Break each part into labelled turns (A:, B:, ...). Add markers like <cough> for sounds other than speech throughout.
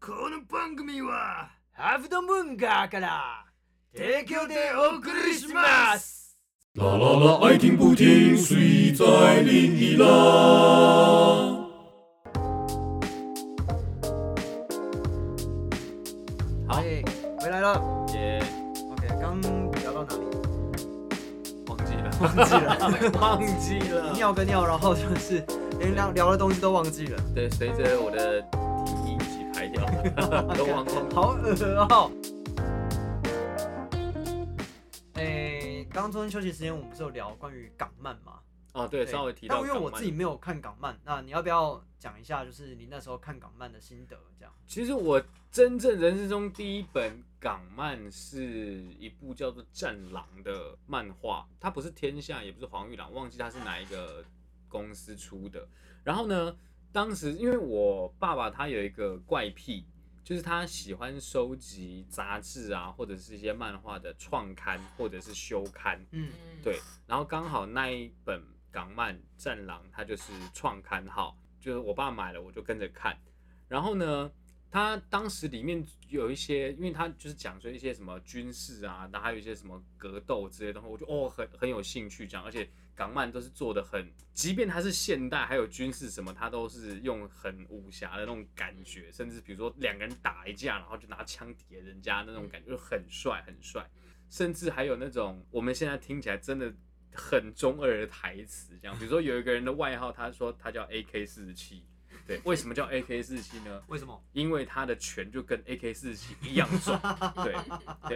A: この番組は
B: ハーフドムンガーから提供でお送りします
C: 啦啦啦，爱听不听，谁在淋漓啦？
B: 好，回来了。
D: 也
B: OK，刚聊到哪里？
D: 忘记了，
B: 忘记了，
D: <laughs> 忘记了。
B: 尿个尿，然后就是 <laughs> 连聊聊的东西都忘记了，
D: 对，随着我的提议一起排
B: <laughs>
D: 掉，都忘光了。
B: 好恶哦。哎，刚中间休息时间，我们不是有聊关于港漫吗？
D: 哦，对，稍微提到
B: 但
D: 港
B: 因
D: 漫。
B: 为我自己没有看港漫，那你要不要讲一下，就是你那时候看港漫的心得？这样
D: 其实我真正人生中第一本港漫是一部叫做《战狼》的漫画，它不是天下，也不是黄玉郎，忘记它是哪一个公司出的。然后呢，当时因为我爸爸他有一个怪癖，就是他喜欢收集杂志啊，或者是一些漫画的创刊或者是修刊。
B: 嗯，
D: 对，然后刚好那一本港漫《战狼》，它就是创刊号，就是我爸买了，我就跟着看。然后呢，它当时里面有一些，因为它就是讲说一些什么军事啊，然后还有一些什么格斗之类的东西，我就哦很很有兴趣这样。而且港漫都是做的很，即便它是现代，还有军事什么，它都是用很武侠的那种感觉，甚至比如说两个人打一架，然后就拿枪抵着人家那种感觉，就很帅很帅。甚至还有那种我们现在听起来真的很中二的台词，这样，比如说有一个人的外号，他说他叫 AK 四十七，对，为什么叫 AK 四十七呢？
B: 为什么？
D: 因为他的拳就跟 AK 四十七一样重，对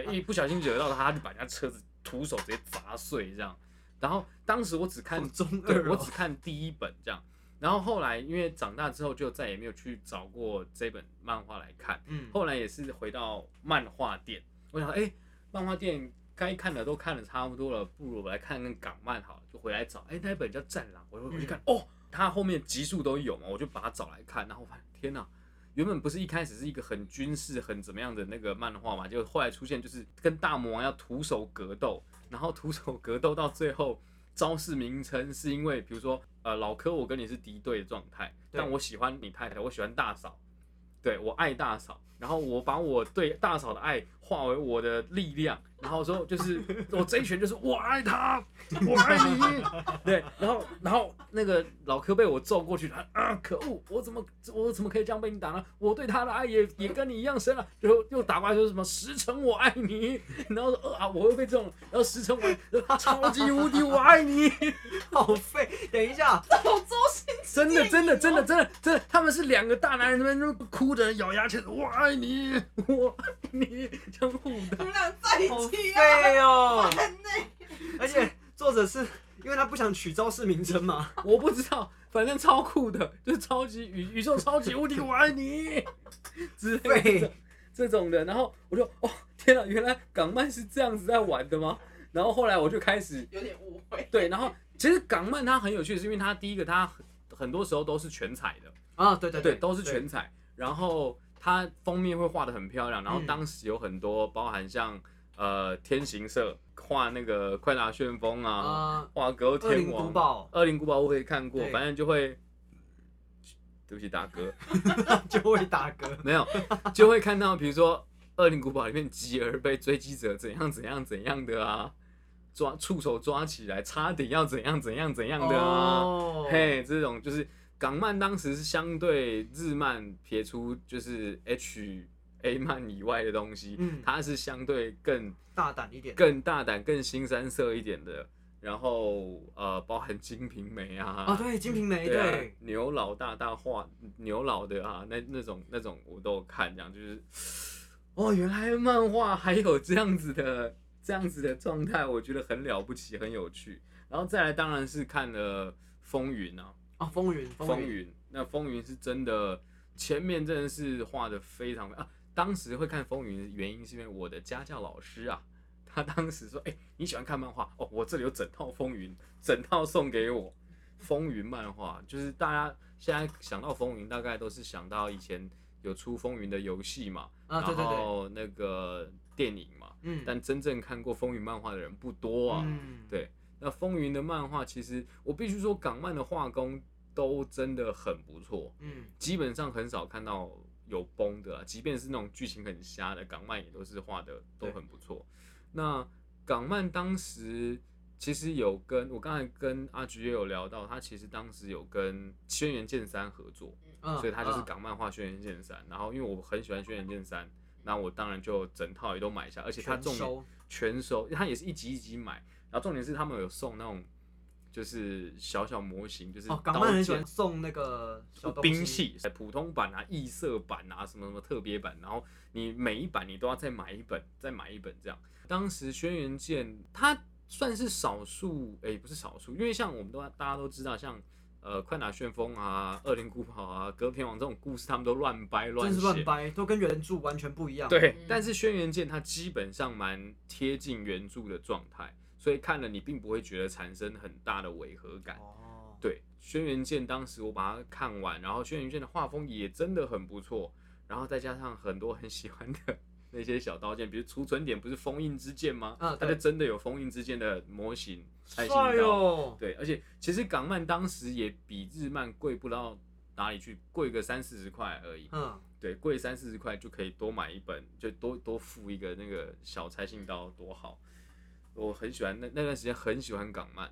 D: 对，一不小心惹到他，他就把人家车子徒手直接砸碎这样。然后当时我只看
B: 好中
D: 对
B: 二
D: 我
B: 哦
D: 只。看第一本这样。然后后来因为长大之后就再也没有去找过这本漫画来看，
B: 嗯，
D: 后来也是回到漫画店，我想，哎、漫画店该看的都看的差不多了，不如我来看看港漫好了，就回来找，哎、那一本叫《战狼》，我
B: 嗯
D: 就回去看，哦，它后面集数都有嘛，我就把它找来看，然后我发现，天哪、原本不是一开始是一个很军事、很怎么样的那个漫画嘛，结果后来出现就是跟大魔王要徒手格斗，然后徒手格斗到最后招式名称是因为，比如说，呃，老柯我跟你是敌对的状态，
B: 对
D: 但我喜欢你太太，我喜欢大嫂，对我爱大嫂，然后我把我对大嫂的爱化为我的力量，然后说就是 <laughs> 我这一拳就是我爱她，我爱你， <laughs> 对，然后然后那个老柯被我揍过去，他啊可恶，我怎么我怎么可以这样被你打呢？我对他的爱也也跟你一样深啊，然后又打过来说什么十成我爱你，然后说呃啊我又被这种，然后十成我超级无敌我爱你。
B: <laughs> 好废，等一下，
E: 好周星驰
D: 真的，真的，真的，真的，真的，他们是两个大男人在那边哭着咬牙切齿，我爱你，我爱你，这样互
E: 你
D: 打。
E: 们俩在一
B: 好
E: 起啊！
B: 废哦！
E: 很累
B: 而且作者是因为他不想取招式名称嘛，
D: 我不知道，反正超酷的，就是超级宇宇宙超级无敌，我爱你之类的
B: 对
D: 这种的。然后我就哦，天哪，原来港漫是这样子在玩的吗？然后后来我就开始
E: 有点误会。
D: 对，然后其实港漫它很有趣，是因为它第一个它很很多时候都是全彩的。
B: 啊，对对
D: 对，都是全彩。然后它封面会画的很漂亮，然后
B: 嗯
D: 当时有很多包含像呃天行社画那个快打旋风啊，
B: 啊，
D: 画格斗
B: 恶
D: 天
B: 灵古
D: 王，
B: 堡
D: 恶灵古堡我也看过，
B: 对
D: 反正就会。对不起，大哥，
B: <laughs> 就会打嗝，
D: 没有，就会看到，比如说《恶灵古堡》里面吉儿被追击者怎样怎样怎样的啊，抓触手抓起来，差点要怎样怎样怎样的啊，
B: 哦
D: 嘿，这种就是港漫当时是相对日漫撇出就是 H A 漫以外的东西，
B: 嗯
D: 它是相对更
B: 大胆一点，
D: 更大胆、更新三色一点的。然后呃，包含《金瓶梅》啊，
B: 啊，对，《金瓶梅》
D: 对啊
B: 对，
D: 牛老大大画牛老的啊，那那种那种我都有看，这样就是，哦，原来漫画还有这样子的这样子的状态，我觉得很了不起，很有趣。然后再来当然是看了《风云》啊，
B: 啊，风云，
D: 《风，云》那《风云》是真的，前面真的是画的非常啊。当时会看《风云》的原因是因为我的家教老师啊，他当时说：“哎、你喜欢看漫画哦，我这里有整套《风云》，整套送给我。”《风云》漫画就是大家现在想到《风云》，大概都是想到以前有出《风云》的游戏嘛，
B: 啊，对对
D: 然
B: 对，
D: 后那个电影嘛。
B: 嗯，
D: 但真正看过《风云》漫画的人不多啊。
B: 嗯，
D: 对，那风云的漫画，其实我必须说，港漫的画工都真的很不错，
B: 嗯，
D: 基本上很少看到有崩的啦，啊即便是那种剧情很瞎的港漫，也都是画的都
B: 对
D: 很不错。那港漫当时其实有跟我刚才跟阿菊也有聊到，他其实当时有跟轩辕剑三合作，
B: 嗯
D: 所以他就是
B: 嗯
D: 港漫画《轩辕剑三》，然后因为我很喜欢《轩辕剑三》，那我当然就整套也都买下，而且它
B: 全
D: 重点
B: 收
D: 全收，它也是一集一集买，然后重点是他们有送那种就是小小模型，就是
B: 哦，港
D: 刀
B: 漫很喜
D: 剑
B: 欢送那个小东西
D: 兵，器，普通版啊、异色版啊、什么什么特别版，然后你每一版你都要再买一本，再买一本这样。当时《轩辕剑》它算是少数，诶、不是少数，因为像我们都大家都知道，像呃《快打旋风》啊、《恶灵古堡》啊、《隔天王》这种故事，他们都乱掰乱
B: 真是
D: 写，
B: 乱掰，都跟原著完全不一样。
D: 对，
E: 嗯
D: 但是《轩辕剑》它基本上蛮贴近原著的状态，所以看了你并不会觉得产生很大的违和感。
B: 哦，
D: 对，《轩辕剑》当时我把它看完，然后《轩辕剑》的画风也真的很不错，然后再加上很多很喜欢的那些小刀剑，比如储存点不是封印之剑吗？
B: 嗯
D: 它就
B: 对
D: 真的有封印之剑的模型，
B: 帅
D: 菜心刀。
B: 哦，
D: 对，而且其实港漫当时也比日漫贵不到哪里去，贵个三四十块而已。
B: 嗯，
D: 对，贵三四十块就可以多买一本，就多多付一个那个小拆信刀，多好！我很喜欢那那段时间，很喜欢港漫。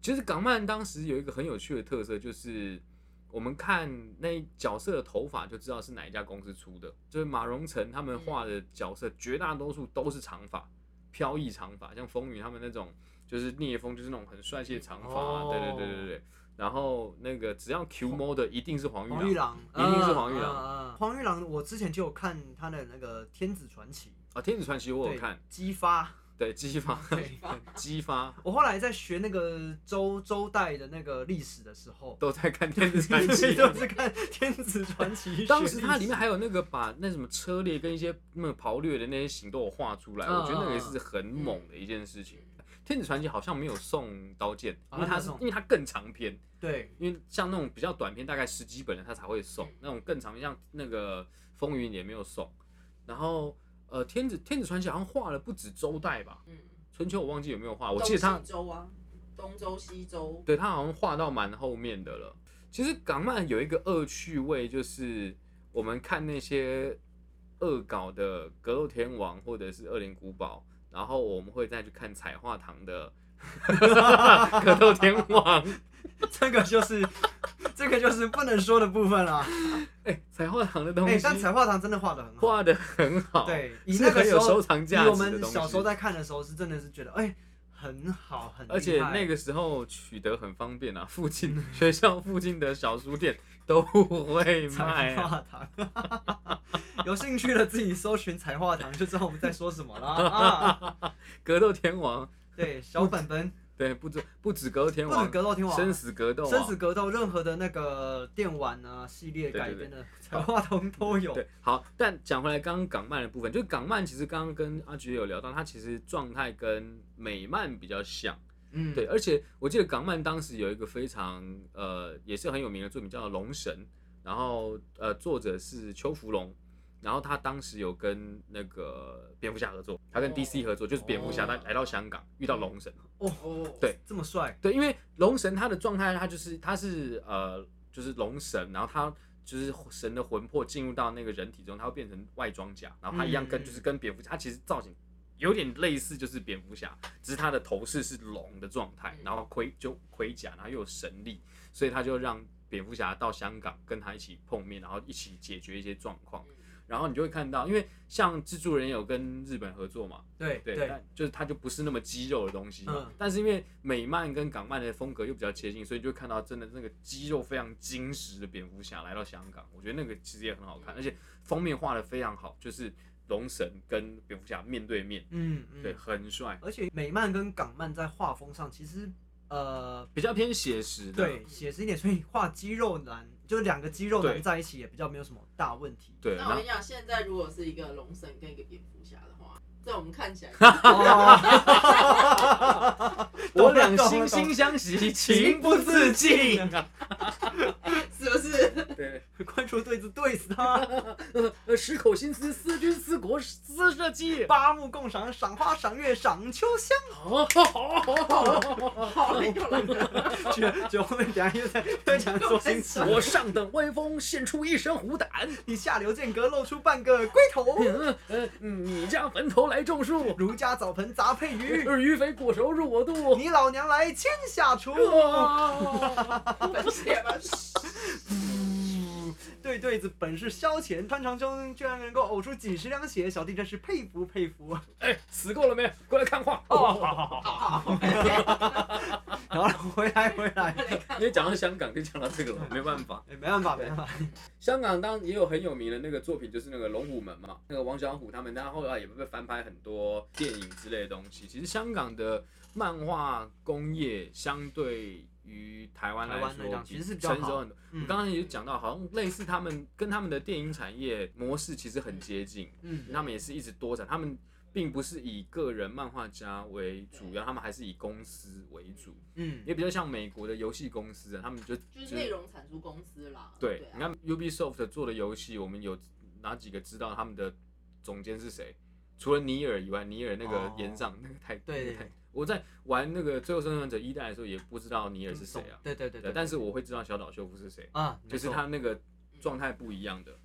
D: 其实港漫当时有一个很有趣的特色，就是我们看那角色的头发就知道是哪一家公司出的，就是马荣成他们
B: 嗯
D: 画的角色，绝大多数都是长发，飘逸长发，像风云他们那种，就是聂风就是那种很帅气的长发啊、
B: 哦
D: 对对对对对。然后那个只要 Q 猫的一定是黄
B: 嗯黄玉
D: 玉郎，
B: 郎
D: 一定是黄玉郎
B: 嗯嗯嗯黄玉郎，我之前就有看他的那个《天子传奇》，
D: 啊，天子传奇我有
B: 对
D: 看，
B: 激发。
D: 对，
B: <laughs>
D: 激发
B: 对，
D: <laughs> 激发，
B: 我后来在学那个周周代的那个历史的时候，》。
D: 都在看《 <laughs> 天子传奇
B: <laughs> 都是看《天子传奇》学历史。
D: 当时它里面还有那个把那什么车裂跟一些那个刨掠的那些行都有画出来，
B: 嗯
D: 我觉得那个也是很猛的一件事情。天子传奇》好像没有送刀剑，
B: 啊
D: 因为它
B: 没
D: 是
B: 有送
D: 因为它更长篇，
B: 对
D: 因为像那种比较短篇，大概十几本的它才会送
E: 嗯，
D: 那种更长，像那个《风云》也没有送。然后呃，天子天子传奇》好像画了不止周代吧，
E: 嗯，
D: 春秋我忘记有没有画，我记得他
E: 东西周啊，东周西周，
D: 对他好像画到蛮后面的了。其实港漫有一个恶趣味，就是我们看那些恶搞的《格斗天王》或者是《恶灵古堡》，然后我们会再去看彩画
B: <laughs>
D: 堂的《格斗天王》
B: 这个就是 <laughs> 这个就是不能说的部分啦。
D: 哎、彩画堂的东
B: 哎、
D: 西
B: 但彩画堂真的画的很好。
D: 画的很好，，
B: 对，以
D: <laughs> 是
B: 那个
D: 很
B: 时
D: 有
B: 候
D: 收，藏
B: 以
D: 价值的
B: 我
D: 东西。
B: 们小时候在看的时候，是真的是觉得哎、很好，很厉害
D: 而且那个时候取得很方便啊，
B: <laughs>
D: 附近学校附近的小书店都会卖、
B: 彩
D: 啊。
B: 画堂， <laughs> 有兴趣的自己搜寻彩画堂，就知道我们在说什么了啊。
D: 格斗天王，
B: 对，小本本，
D: 对，不止不止格斗天
B: 不止
D: 王，
B: 格斗天王，
D: 生死格斗、啊，
B: 生死格斗任何的那个电玩啊系列
D: 对对
B: 改
D: 对
B: 编的彩画通都有。
D: 对，好，但讲回来，刚刚港漫的部分，就是港漫其实刚刚跟阿菊有聊到，它其实状态跟美漫比较像，
B: 嗯，
D: 对，，而且我记得港漫当时有一个非常呃也是很有名的作品叫《龙神》，然后呃作者是邱福龙，然后他当时有跟那个蝙蝠侠合作，他跟
E: 哦
D: DC 合作，就是蝙蝠侠他
E: 哦
D: 来到香港遇到龙神，
E: 哦，
D: 对
B: 这么帅，
D: 对，因为龙神他的状态，他就是他是呃，就是龙神，然后他就是神的魂魄进入到那个人体中，他会变成外装甲，然后他一样跟、
B: 嗯
D: 就是跟蝙蝠侠，他其实造型有点类似，就是蝙蝠侠，只是他的头饰是龙的状态，
E: 嗯
D: 然后盔就盔甲，然后又有神力，所以他就让蝙蝠侠到香港跟他一起碰面，然后一起解决一些状况。然后你就会看到，因为像蜘蛛人有跟日本合作嘛，
B: 对
D: 对，
B: 对
D: 但就是它就不是那么肌肉的东西嘛。
B: 嗯
D: 但是因为美漫跟港漫的风格又比较接近，所以就会看到真的那个肌肉非常精实的蝙蝠侠来到香港，我觉得那个其实也很好看，而且封面画的非常好，就是龙神跟蝙蝠侠面对面，
B: 嗯
D: 对，
B: 嗯，
D: 很帅，
B: 而且美漫跟港漫在画风上其实呃
D: 比较偏写实的。
B: 对写实一点，所以画肌肉男就是两个肌肉
D: 对
B: 男在一起也比较没有什么大问 <laughs> 题。
D: 对，
E: 那
D: 然
E: 我跟
D: 后
E: 你讲，现在如果是一个龙神跟一个蝙蝠侠的话，在我们看起来，
D: 我俩惺惺相 <laughs> 惜，情不自禁。啊
E: 是不是？
D: 对，
B: 关注对子对死他，啊
D: 呃，十口心思，思君思国，思慎设计。
B: 八目共赏，赏花、赏月、赏秋香。
D: 好好 <laughs> 好好好好，
E: 好，又来了，
B: <laughs> 就就后面等一下又在又在讲周星驰，
D: 我上等威风，现出一身虎胆。
B: <laughs> 你下流间隔露出半个龟 <laughs> 头。
D: 嗯呃，你家坟头来种树，
B: 儒家澡盆杂配 <laughs> 鱼，
D: 鱼肥骨熟入我肚。
B: 你老娘来牵下 <laughs> 厨。
E: 本血吧，
B: <laughs> 对对子本是消遣，穿长袖居然能够呕出几十两血，小弟真是佩服佩服。
D: 哎，死够了没？过来看画。
B: 哦
D: 哦
E: 好好，
B: 然后回来回来，
D: 因为讲到香港就讲到这个了，没办法。
B: 哎，没办法没办法，
D: 香港当然也有很有名的那个作品，就是那个《龙虎门》嘛，那个王小虎他们，他后来也被翻拍很多电影之类的东西。其实香港的漫画工业相对于台湾来
B: 台湾来
D: 说，
B: 讲其实是比较好
D: 成熟很多。
B: 嗯
D: 我刚刚也讲到，好像类似他们跟他们的电影产业模式其实很接近，
B: 嗯
D: 他们也是一直多产，他们并不是以个人漫画家为主要，他们还是以公司为主，
B: 嗯
D: 也比较像美国的游戏公司啊，他们就
E: 就是内容产出公司啦。
D: 对，
E: 啊
D: 你看 Ubisoft 做的游戏，我们有哪几个知道他们的总监是谁？除了尼尔以外，尼尔那个
B: 哦
D: 岩上、那个太
B: 对
D: 那个太我在玩那个《最后生还者一代》的时候，也不知道尼尔是谁啊，
B: 对对对
D: 对，但是我会知道小岛秀夫是谁，
B: 啊，
D: 就是他那个状态不一样的。
E: 嗯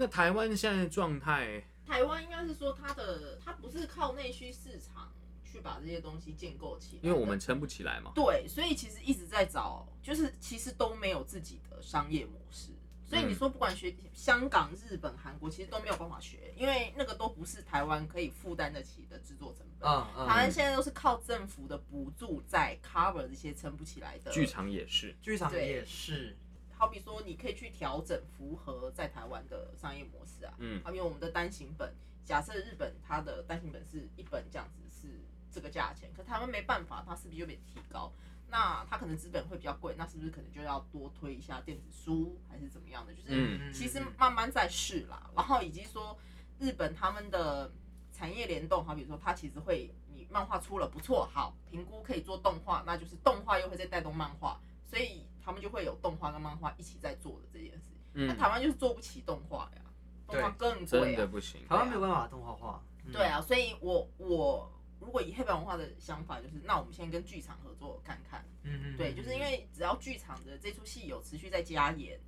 D: 那台湾现在的状态，
E: 台湾应该是说它的，它不是靠内需市场去把这些东西建构起来，
D: 因为我们撑不起来嘛，
E: 对，所以其实一直在找，就是其实都没有自己的商业模式。所以你说不管学香港、日本、韩国，其实都没有办法学，因为那个都不是台湾可以负担得起的制作成本。
B: 啊
E: 台
B: 啊，
E: 湾现在都是靠政府的补助在 cover 这些撑不起来的
D: 剧，场也是。
B: 剧场
E: 对
B: 也是，
E: 好比说你可以去调整符合在台湾的商业模式啊，
D: 嗯
E: 好比我们的单行本，假设日本它的单行本是一本这样子是这个价钱，可台湾没办法，它势必就被提高。那它可能资本会比较贵，那是不是可能就要多推一下电子书，还是怎么样的？就是
D: 嗯
E: 其实慢慢在试啦，然后以及说日本他们的产业联动，好比说它其实会，你漫画出了不错，好评估可以做动画，那就是动画又会再带动漫画，所以他们就会有动画跟漫画一起在做的这件事情。那
D: 嗯，
E: 台湾就是啊做不起动画呀，动画更
D: 真
E: 贵
D: 的
E: 啊。
D: 不行
B: 台。湾没有办法动画化，嗯
E: 对，啊，所以我我如果以黑白文化的想法，就是那我们先跟剧场合作看看。
B: 嗯嗯，
E: 对，就是因为只要剧场的这出戏有持续在加演，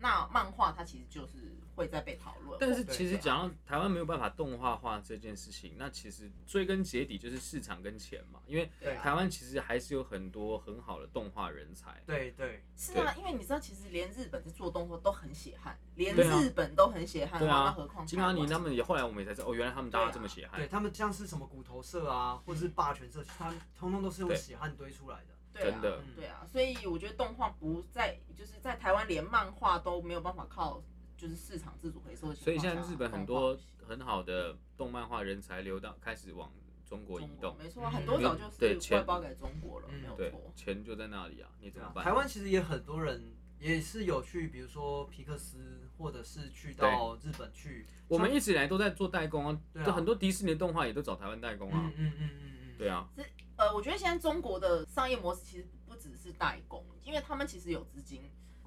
E: 那漫画它其实就是会在被讨论。
D: 但是
B: 对
D: 其实
E: 对啊
D: 讲到台湾没有办法动画化这件事情，那其实追根结底就是市场跟钱嘛，因为
E: 对
D: 台
E: 啊，
D: 湾其实还是有很多很好的动画人才，
B: 对对，
E: 是啊，因为你知道，其实连日本在做动画都很血汗，连
D: 对啊
E: 日本都很血汗，
D: 对啊
E: 然后那何况
D: 金阿尼
E: 台湾
D: 他们也后来我们也才知道，哦，原来他们大家这么血
B: 对
E: 啊
D: 汗，
B: 他们像是什么骨头社啊，或是霸权社，他们通通都是用
D: 嗯对
B: 血汗堆出来的。
E: 对啊
D: 真的
E: 对啊，所以我觉得动画不在，就是在台湾连漫画都没有办法靠就是市场自主回收的情
D: 所以
E: 况下
D: 现在日本很
E: 啊动画
D: 多
E: 不行
D: 很好的动漫画人才流到开始往中国移
E: 中国
D: 动，
E: 没错啊，
B: 嗯
E: 很多早就
D: 对
E: 是
D: 前
E: 外包给中国了，
B: 嗯
E: 没有
D: 对
E: 错，。
D: 钱就在那里啊，你怎
B: 对
D: 么
B: 啊，
D: 办？
B: 台湾其实也很多人也是有去，比如说皮克斯，或者是去到日本去。
D: 我们一直以来都在做代工啊，
B: 对啊
D: 就很多迪士尼的动画也都找台湾代工啊
B: 嗯，嗯嗯嗯嗯，
D: 对啊，
E: 呃，我觉得现在中国的商业模式其实不只是代工，因为他们其实有资金，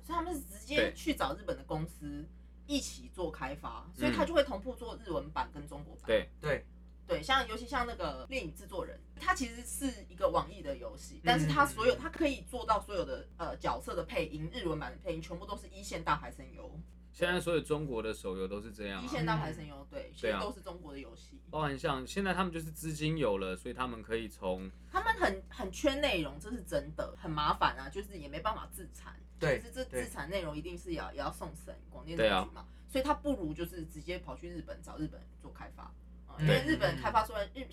E: 所以他们是直接
D: 对
E: 去找日本的公司一起做开发，所以
D: 嗯
E: 他就会同步做日文版跟中国版。
D: 对
B: 对
E: 对，像尤其像那个《猎影制作人》，它其实是一个网易的游
D: 嗯
E: 戏，但是它所有它可以做到所有的呃角色的配音，日文版的配音全部都是一线大牌声优，
D: 现在所有中国的手游都是这样
E: 一
D: 啊。
E: 线大牌声优，对，其
D: 对
E: 实
D: 啊
E: 都是中国的游戏。
D: 包含像现在他们就是资金有了，所以他们可以从
E: 他们很很缺内容，这是真的，很麻烦啊，就是也没办法自产，就
B: 对
E: 是这
B: 对
E: 自产内容一定是也要也要送审广电总
D: 对啊
E: 局嘛，所以他不如就是直接跑去日本找日本人做开发，啊
B: 对
E: 因为日本开发出来日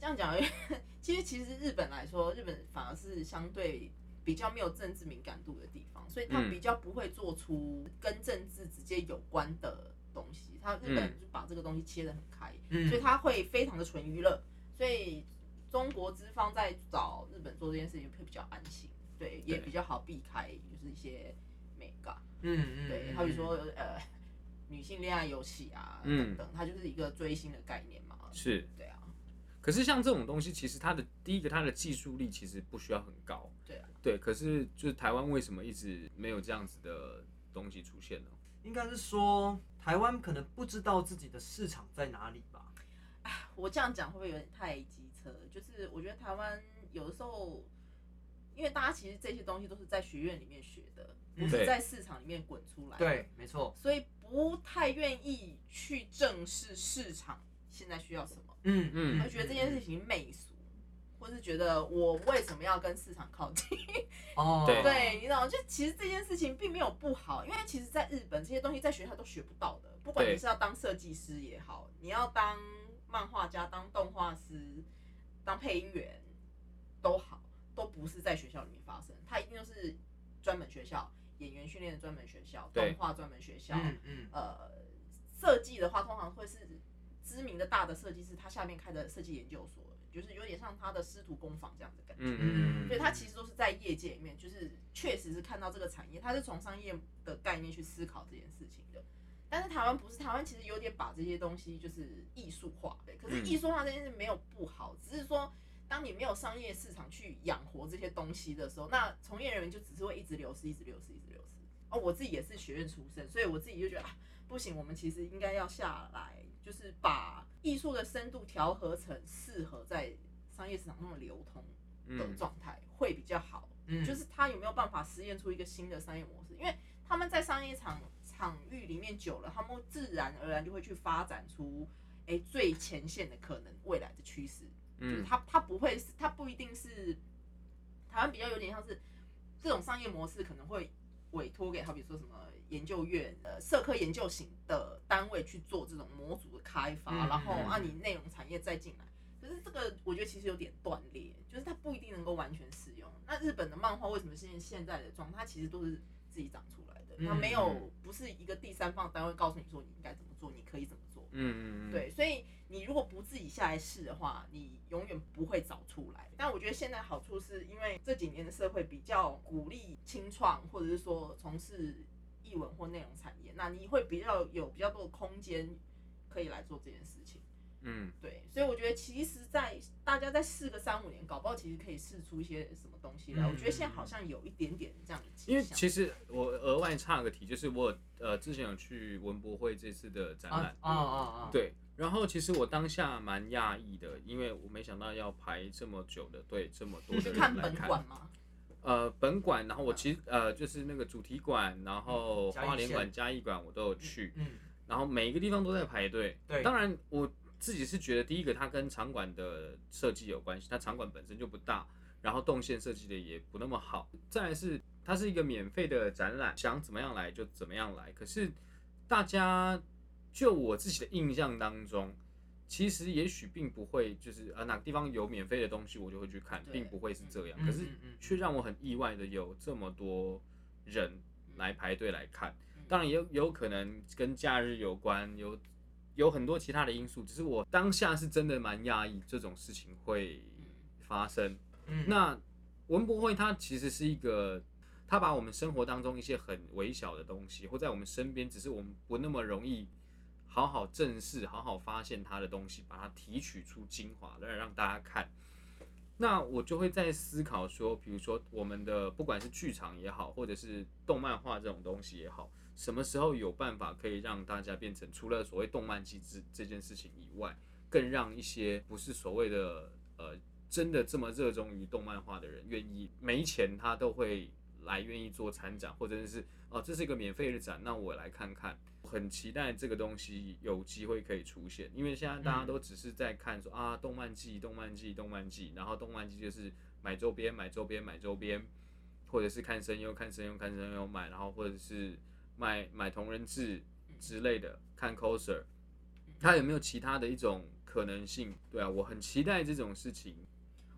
E: 这样讲有点，其实其实日本来说，日本反而是相对。比较没有政治敏感度的地方，所以他
D: 嗯
E: 比较不会做出跟政治直接有关的东西。他日本
D: 嗯
E: 就把这个东西切得很开，
B: 嗯
E: 所以他会非常的纯娱乐，所以中国资方在找日本做这件事情会比较安心，对，也
D: 对
E: 比较好避开就是一些美感，
B: 嗯嗯，
E: 对，
B: 嗯
E: 好比说呃女性恋爱游戏啊
D: 嗯
E: 等等，它就是一个追星的概念嘛，
D: 是
E: 对啊，
D: 可是像这种东西，其实它的第一个，它的技术力其实不需要很高。
E: 对啊
D: 对，可是就是台湾为什么一直没有这样子的东西出现呢？
B: 应该是说台湾可能不知道自己的市场在哪里吧。
E: 我这样讲会不会有点太机车？就是我觉得台湾有的时候，因为大家其实这些东西都是在学院里面学的，不
D: 对
E: 是在市场里面滚出来。，
B: 嗯对，没错，
E: 所以不太愿意去正视市场现在需要什么。
B: 嗯
D: 嗯
E: 会觉得这件事情媚俗，或是觉得我为什么要跟市场靠近？
B: 哦，
D: 对
E: 对，你知道，就其实这件事情并没有不好，因为其实在日本这些东西在学校都学不到的，不管
D: 对
E: 你是要当设计师也好，你要当漫画家、当动画师、当配音员都好，都不是在学校里面发生，它一定都是专门学校。演员训练的专门学校，
D: 对
E: 动画专门学校，
B: 嗯嗯，
E: 呃，设计的话，通常会是知名的大的设计师，他下面开的设计研究所，就是有点像他的师徒工坊这样的感觉。
D: 嗯嗯
E: 所以他其实都是在业界里面，就是确实是看到这个产业，他是从商业的概念去思考这件事情的。但是台湾不是，台湾其实有点把这些东西就是艺术化，对。可是
D: 嗯
E: 艺术化这件事没有不好，只是说当你没有商业市场去养活这些东西的时候，那从业人员就只是会一直流失，一直流失，一直流失。哦，我自己也是学院出身，所以我自己就觉得啊，不行，我们其实应该要下来，就是把艺术的深度调和成适合在商业市场中的流通。的
D: 嗯，
E: 状态会比较好，
B: 嗯
E: 就是他有没有办法实验出一个新的商业模式？因为他们在商业场场域里面久了，他们自然而然就会去发展出哎、诶最前线的可能未来的趋势。就是
D: 嗯
E: 它它不会是它不一定是台湾比较有点像是这种商业模式可能会委托给好比说什么研究院呃社科研究型的单位去做这种模组的开发，
B: 嗯
E: 然后啊
B: 嗯
E: 按你内容产业再进来。可是这个我觉得其实有点断裂，就是它不一定能够完全使用。那日本的漫画为什么现现在的状态，它其实都是自己长出来
B: 嗯
E: 的，它没有不是一个第三方单位告诉你说你应该怎么做，你可以怎么做。
D: 嗯嗯，
E: 对，所以你如果不自己下来试的话，你永远不会找出来。但我觉得现在好处是因为这几年的社会比较鼓励清创，或者是说从事译文或内容产业，那你会比较有比较多的空间可以来做这件事情。
D: 嗯
E: 对，所以我觉得其实在，大家再试个三五年，搞不好其实可以试出一些什么东西来。我觉得现在好像有一点点这样的迹
D: 嗯
E: 象。
D: 因为其实我额外插个题，就是我有呃之前有去文博会这次的展览
B: 啊，啊
E: 哦
B: 啊啊，
D: 对，然后其实我当下蛮讶异的，因为我没想到要排这么久的队，这么多
E: 你
D: 的人
E: 去看
D: 来
E: 本
D: 看。
E: 馆吗？
D: 呃，本馆，然后我其实呃就是那个主题馆，然后
B: 嗯嘉义
D: 花莲馆、
B: 县
D: 嘉义馆我都有去，
B: 嗯，
D: 然后每一个地方都在排队。
B: 对
D: 当然我自己是觉得第一个它跟场馆的设计有关系，它场馆本身就不大，然后动线设计的也不那么好。再来是它是一个免费的展览，想怎么样来就怎么样来。可是大家就我自己的印象当中，其实也许并不会就是啊哪个地方有免费的东西我就会去看，
E: 对
D: 并不会是这样。
B: 嗯
D: 可是
B: 嗯嗯
D: 却让我很意外的有这么多人
E: 嗯
D: 来排队来看。
E: 嗯
D: 当然也有也有可能跟假日有关，有有很多其他的因素。只是我当下是真的蛮讶异这种事情会发生。
B: 嗯
D: 那文博会它其实是一个，它把我们生活当中一些很微小的东西，或在我们身边，只是我们不那么容易好好正视、好好发现它的东西，把它提取出精华来让大家看。那我就会在思考说，比如说我们的不管是剧场也好，或者是动漫画这种东西也好，什么时候有办法可以让大家变成除了所谓动漫机制这件事情以外，更让一些不是所谓的呃真的这么热衷于动漫画的人，愿意没钱他都会来愿意做参展，或者是哦、这是一个免费的展，那我来看看。很期待这个东西有机会可以出现，因为现在大家都只是在看说、啊动漫季、动漫季、动漫季，然后动漫季就是买周边、买周边、买周边，或者是看声优、看声优、看声优买，然后或者是买买同人
B: 嗯
D: 志之类的，看 coser，它有没有其他的一种可能性？对啊，我很期待这种事情。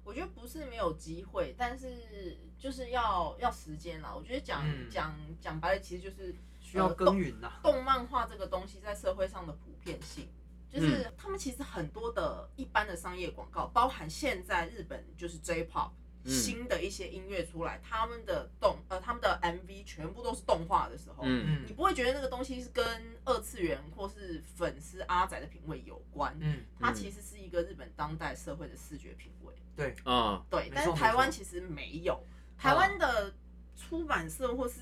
E: 我觉得不是没有机会，但是就是要要时间啦。我觉得讲、
B: 嗯
E: 讲讲白了，其实就是
B: 需要
E: 呃
B: 耕耘啊呐，
E: 动漫画这个东西在社会上的普遍性，就是、
B: 嗯
E: 他们其实很多的一般的商业广告，包含现在日本就是 J-pop、
D: 嗯
E: 新的一些音乐出来，他们的动呃他们的 MV 全部都是动画的时候，
D: 嗯
E: 你
B: 嗯
E: 不会觉得那个东西是跟二次元或是粉丝阿仔的品味有关，
B: 嗯，
E: 它
D: 嗯
E: 其实是一个日本当代社会的视觉品味。
B: 对，
D: 啊，
E: 对
B: 没，
E: 但是
B: 错
E: 台湾
B: 没错
E: 其实没有，台湾的出版社或是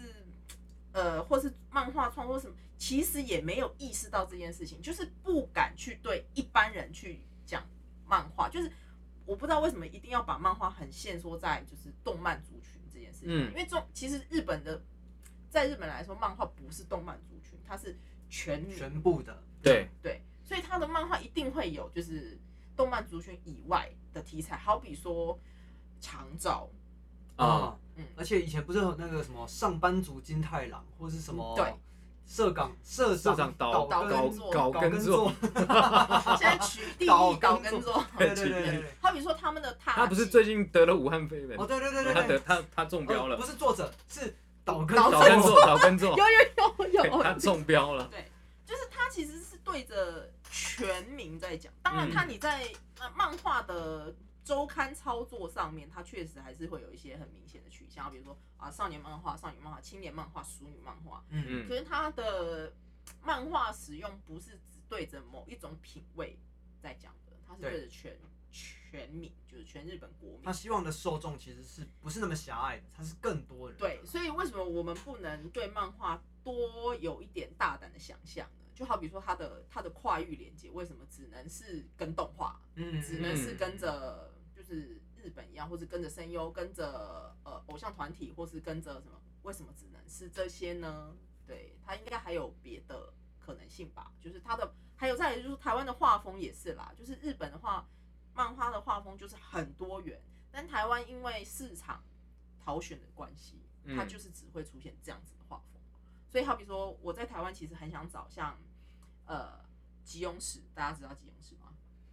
E: 呃或是漫画创作什么，其实也没有意识到这件事情，就是不敢去对一般人去讲漫画，就是我不知道为什么一定要把漫画很限缩在就是动漫族群这件事情，
D: 嗯
E: 因为中其实日本的在日本来说，漫画不是动漫族群，它是全民
B: 全部的，
D: 对，
E: 对，所以他的漫画一定会有就是动漫族群以外的题材，好比说长
D: <laughs>
E: 照，
D: 啊
B: 啊，
E: 嗯
B: 而且以前不是有那个什么上班族金太郎，或是什么
E: 嗯对
B: 社港社
D: 社长
B: 岛
D: 岛
E: 岛
B: 根
E: 根
D: 岛
B: 岛
D: 根
B: 根
D: 座 <laughs>
B: 座，
E: 现在取定
B: 岛
E: 义
B: 根
E: 岛根
B: 座
E: 座，
B: 对对对对对，
E: <laughs> 好比说他们的踏
D: 他不是
E: 迹
D: 最近得了武汉肺炎
B: 哦，对对对对
D: 他
B: 对
D: 得，他他中标
B: 哦
D: 了
B: 不，是作者是哦岛根
E: 岛
D: 早跟
B: 座
D: 做早跟做
E: 有，有有
D: 对 <laughs>
E: 有
D: 他
E: 有，
D: 中标了，
E: 对，就是他其实是对着全民在讲。当然，
D: 嗯
E: 他你在、呃漫画的周刊操作上面，他确实还是会有一些很明显的取向，比如说啊，少年漫画、少女漫画、青年漫画、熟女漫画。
B: 嗯
D: 嗯
E: 可是他的漫画使用不是只对着某一种品味在讲的，他是
B: 对
E: 对着全全民，就是全日本国
B: 他
E: 民。
B: 希望的受众其实是不是那么狭隘的，他是更多人的。
E: 对，所以为什么我们不能对漫画多有一点大胆的想象呢？就好比说它的它的跨域连接，为什么只能是跟动画，
B: 嗯，
E: 只能是跟着就是日本一样，或是跟着声优，跟着呃偶像团体，或是跟着什么？为什么只能是这些呢？对，它应该还有别的可能性吧？就是它的，还有再来就是台湾的画风也是啦，就是日本的话，漫画的画风就是很多元，但台湾因为市场淘选的关系，它
D: 嗯
E: 就是只会出现这样子的画风。所以好比说，我在台湾其实很想找像呃吉永史，大家知道吉永史吗？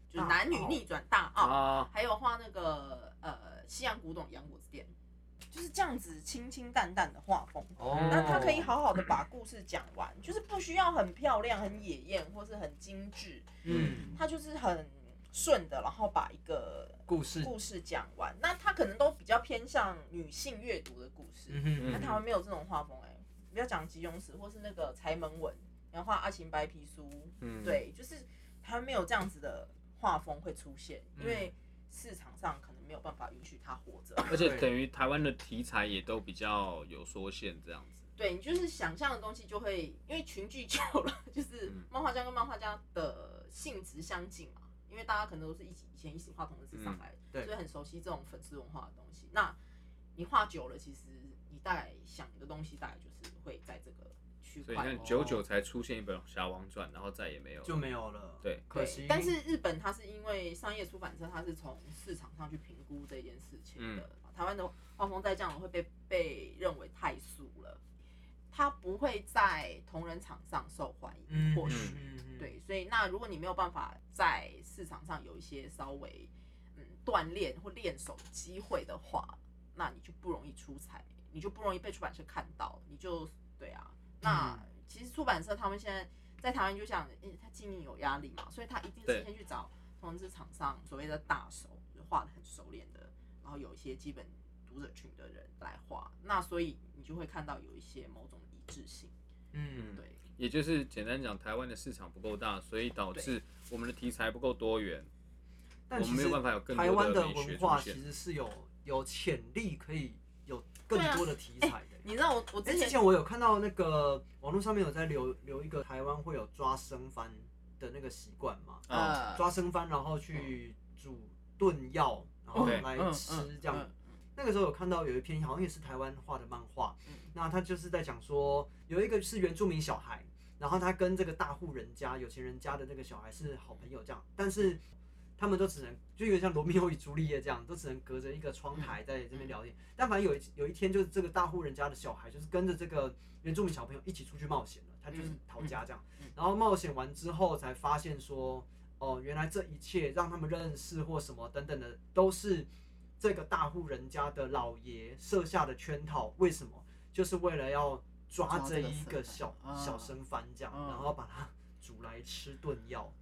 E: 就
B: 大
E: 是男女
B: 澳
E: 逆转大哦
B: 哦
E: 澳，
D: 啊，
E: 还有画那个呃西洋古董洋果子店，就是这样子清清淡淡的画风。
B: 哦，
E: 那他可以好好的把故事讲完，就是不需要很漂亮、很野艳或是很精致，
B: 嗯
E: 他就是很顺的，然后把一个
B: 故事，
E: 故事讲完。那他可能都比较偏向女性阅读的故事，
B: 嗯哼
E: 那
D: 嗯
E: 台湾没有这种画风哎、不要讲吉永史或是那个柴门文，然后画阿晴白皮书，
D: 嗯，
E: 对，就是台湾没有这样子的画风会出现，
D: 嗯
E: 因为市场上可能没有办法允许他活着。
D: 而且
B: 对
D: 等于台湾的题材也都比较有缩限这样子，
E: 对你就是想象的东西就会，因为群聚久了，就是
D: 嗯
E: 漫画家跟漫画家的性质相近嘛，因为大家可能都是一起以前一起画同人
D: 嗯
E: 志上来的，
B: 对
E: 所以很熟悉这种粉丝文化的东西。那你画久了，其实你大概想的东西大概就是会在这个区
D: 所以
E: 块
D: 你看
B: 哦
D: 九九才出现一本《侠王传》，然后再也没有了，
B: 就没有了。
D: 对
B: 可
E: 对
B: 惜。
E: 但是日本它是因为商业出版社，它是从市场上去评估这件事情的。
B: 嗯
E: 台湾的画风再这样会被被认为太素了，它不会在同人场上受欢迎，
B: 嗯，
E: 或许。
B: 嗯，嗯，
E: 对，所以那如果你没有办法在市场上有一些稍微嗯锻炼或练手的机会的话，那你就不容易出彩，你就不容易被出版社看到，你就对啊。那
B: 嗯
E: 其实出版社他们现在在台湾就想，因为他经营有压力嘛，所以他一定
D: 对
E: 是先去找同志厂商所谓的大手，就画的很熟练的，然后有一些基本读者群的人来画，那所以你就会看到有一些某种一致性，
B: 嗯，
E: 对。
D: 也就是简单讲，台湾的市场不够大，所以导致我们的题材不够多元，我
B: 但
D: 们
B: 其
D: 没有
B: 实
D: 办法有更
B: 台
D: 多
B: 湾
D: 的美学
B: 文
D: 出
B: 化其
D: 现。
B: 实是有有潜力可以有更
E: 对啊
B: 多的题材的。
E: 你知道我我
B: 哎、
E: 之
B: 之
E: 前
B: 前我有看到那个网络上面有在留留一个台湾会有抓生番的那个习惯嘛，
D: 啊，
E: 呃
B: 抓生番然后去煮炖药，然后
D: 对
B: 来
E: 嗯
B: 吃这样。
E: 嗯
B: 那个时候有看到有一篇好像也是台湾画的漫画，
E: 嗯
B: 那他就是在讲说有一个是原住民小孩，然后他跟这个大户人家、有钱人家的那个小孩是好朋友这样，但是他们都只能就有点像罗密欧与朱丽叶这样，都只能隔着一个窗台在这
E: 嗯
B: 边聊天。但反正有一有一天，就是这个大户人家的小孩就是跟着这个原住民小朋友一起出去冒险了，他就是
E: 嗯
B: 逃家这样
E: 嗯嗯，
B: 然后冒险完之后才发现说。哦，原来这一切让他们认识或什么等等的，都是这个大户人家的老爷设下的圈套。为什么？就是为了要抓
E: 抓
B: 这
E: 这个
B: 一
E: 生
B: 个
E: 番
B: 小
E: 啊
B: 小生番这样，
E: 嗯
B: 然后把它煮来吃炖药。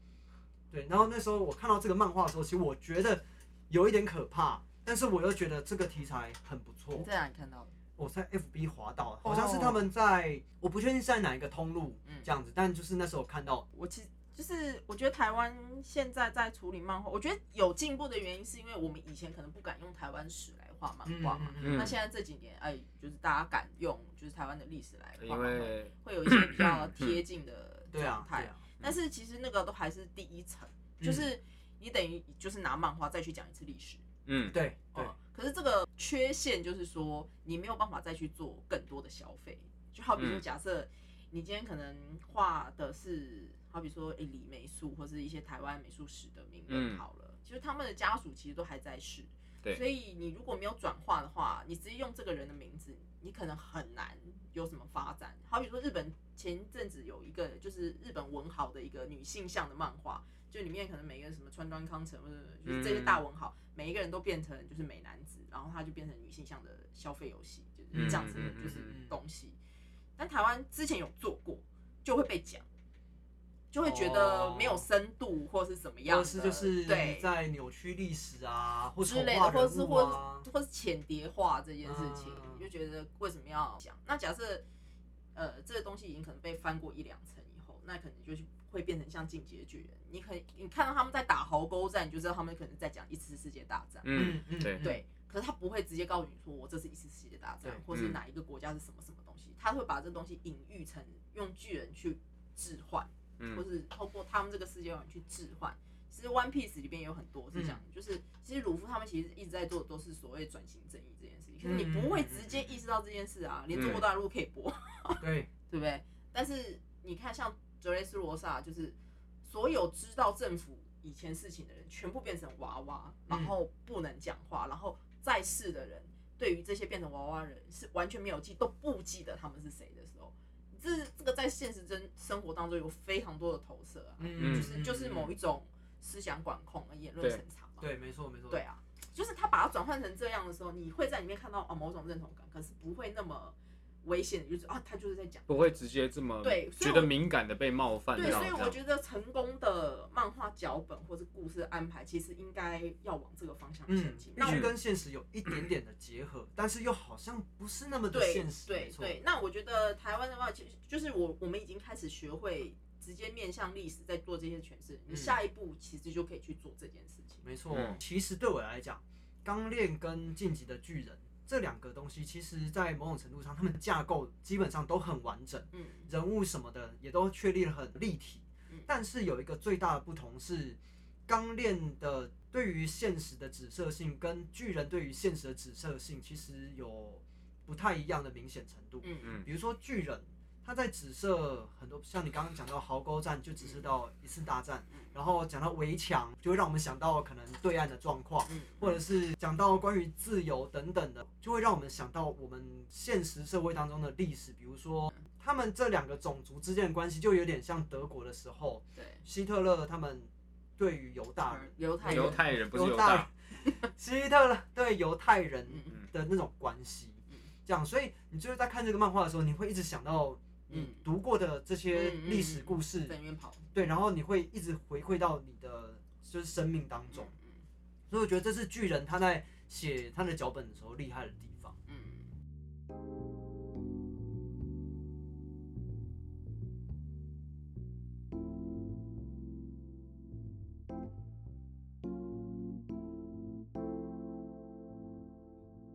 B: 对，然后那时候我看到这个漫画的时候，其实我觉得有一点可怕，但是我又觉得这个题材很不错
E: 你。在哦哪里看到的？
B: 我在 FB 滑到，好像是他们在，我不确定是在哪一个通路
E: 嗯
B: 这样子，但就是那时候看到，
E: 我其实就是我觉得台湾现在在处理漫画，我觉得有进步的原因是因为我们以前可能不敢用台湾史来画漫
B: 嗯
E: 画嘛。
B: 嗯
E: 那现在这几年，哎，就是大家敢用就是台湾的历史来
D: 嗯
E: 画
D: 因
E: 漫画，
D: 为
E: 会有一些比较贴近的
B: 对
E: 状
B: 啊，对
E: 态。
B: 啊，
E: 但是其实那个都还是第一层，
B: 嗯
E: 就是你等于就是拿漫画再去讲一次历史。
D: 嗯，
B: 对对
E: 哦，可是这个缺陷就是说，你没有办法再去做更多的消费。就好比说，
D: 嗯
E: 假设你今天可能画的是，好比说诶李梅树或是一些台湾美术史的名人
D: 嗯
E: 好了，其实他们的家属其实都还在世，
D: 对
E: 所以你如果没有转化的话，你直接用这个人的名字，你可能很难有什么发展。好比说，日本前一阵子有一个就是日本文豪的一个女性向的漫画，就里面可能每个人什么川端康成或者就是这些
B: 嗯
E: 大文豪，每一个人都变成就是美男子，然后他就变成女性向的消费游戏，就是这样子的
D: 嗯嗯嗯
E: 就是
B: 嗯嗯
E: 东西。但台湾之前有做过，就会被讲。就会觉得没有深度，或是怎么
B: 哦
E: 样
B: 或
E: 的，
B: 是就是
E: 对
B: 在扭曲历史啊，或
E: 之
B: 丑
E: 类的，
B: 化
E: 或
B: 人
E: 是
B: 物啊
E: 或，或是浅叠化这件事情，
B: 嗯
E: 就觉得为什么要讲？那假设呃这个东西已经可能被翻过一两层以后，那可能就是会变成像进阶巨人。你可以你看到他们在打壕沟战，你就知道他们可能在讲一次世界大战，
D: 嗯
B: 嗯
D: 对
B: 嗯
E: 对。可是他不会直接告诉你说我这是一次世界大
B: 对，
E: 战或是
D: 嗯
E: 哪一个国家是什么什么东西，他会把这东西隐喻成用巨人去置换。或
D: 嗯
E: 是透过他们这个世界观去置换。其实《One Piece》里边也有很多是这样，就是其实鲁夫他们其实一直在做的都是所谓转型正义这件事情，可是你不会直接意识到这件事啊，连中国大陆可以播，
B: 对，
E: 对不对？但是你看，像泽雷斯罗萨，就是所有知道政府以前事情的人，全部变成娃娃，
B: 嗯
E: 然后不能讲话，然后在世的人对于这些变成娃娃的人是完全没有记，都不记得他们是谁的时候，这这个在现实真生活当中有非常多的投射啊，
B: 嗯
E: 就是就是某
B: 一
E: 一种思想管控、啊言论
D: 对
E: 审查嘛，
B: 对，没错没错，
E: 对啊，就是他把它转换成这样的时候，你会在里面看到啊某种认同感，可是不会那么危险的，就是啊他就是在讲。
D: 不会直接这么
E: 对所以
D: 觉
E: 我
D: 得敏感的被冒犯到
E: 对，
D: 这
E: 所以我
D: 样。
E: 觉得成功的漫画脚本或是故事安排，其实应该要往这个方向前
B: 嗯，
E: 进。
B: 必
E: 那
B: 须
E: 我
B: 跟现实有一点点的结合，但是又好像不是那么的
E: 对
B: 现实，没
E: 对
B: 错，
E: 对，那我觉得台湾的话，其实就是我我们已经开始学会直接面向历史在做这些诠释，你
B: 嗯
E: 下一步其实就可以去做这件事情。
B: 没错
D: 嗯。
B: 其实对我来讲，《钢炼》跟《晋级的巨人》这两个东西，其实在某种程度上，他们架构基本上都很完整。
E: 嗯
B: 人物什么的也都确立了很立体
E: 嗯。
B: 但是有一个最大的不同是，钢炼的对于现实的指涉性跟巨人对于现实的指涉性其实有不太一样的明显程度。
E: 嗯嗯
D: 嗯
B: 比如说巨人，他在指涉很多，像你刚刚讲到壕沟战，就只是到一次大战
E: 嗯，
B: 然后讲到围墙，就会让我们想到可能对岸的状况。
E: 嗯，
B: 或者是讲到关于自由等等的，就会让我们想到我们现实社会当中的历史，比如说
D: 嗯
B: 他们这两个种族之间的关系，就有点像德国的时候，
E: 对，
B: 希特勒他们对于犹大人，
E: 犹太
D: 犹
E: 人
D: 太嗯人不是犹
B: 大
D: 大
B: 人，希特勒对犹太人
E: 嗯嗯
B: 的那种关系
E: 嗯，
B: 这样，所以你就是在看这个漫画的时候，你会一直想到你
E: 嗯
B: 读过的这些
E: 嗯嗯
B: 历史故事，
E: 在那边跑，
B: 对，然后你会一直回馈到你的就是生命当中。
E: 嗯
B: 所以我觉得这是巨人他在写他的脚本的时候厉害的地方。
E: 嗯。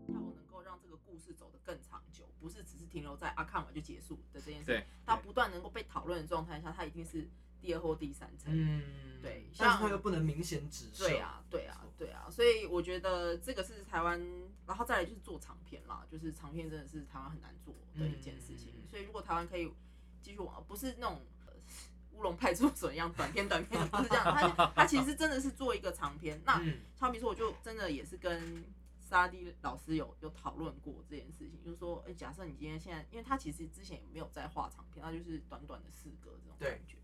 E: 要能够让这个故事走得更长久，不是只是停留在啊看完就结束的这件事
D: 对，
E: 它不断能够被讨论的状态下，它一定是第二或第三层。
B: 嗯
E: 对
B: 但是
E: 像
B: 他又不能明显指涉。
E: 对啊，对啊
B: 没错，
E: 对啊，所以我觉得这个是台湾，然后再来就是做长片啦，就是长片真的是台湾很难做的一件事情。
B: 嗯
E: 所以如果台湾可以继续往，不是那种呃乌龙派出所一样短片短片，不是这样，它它其实真的是做一个长片。那
B: 嗯
E: 超明说，我就真的也是跟沙迪老师有有讨论过这件事情，就是说，哎、假设你今天现在，因为他其实之前也没有在画长片，他就是短短的四格这种
B: 对
E: 感觉。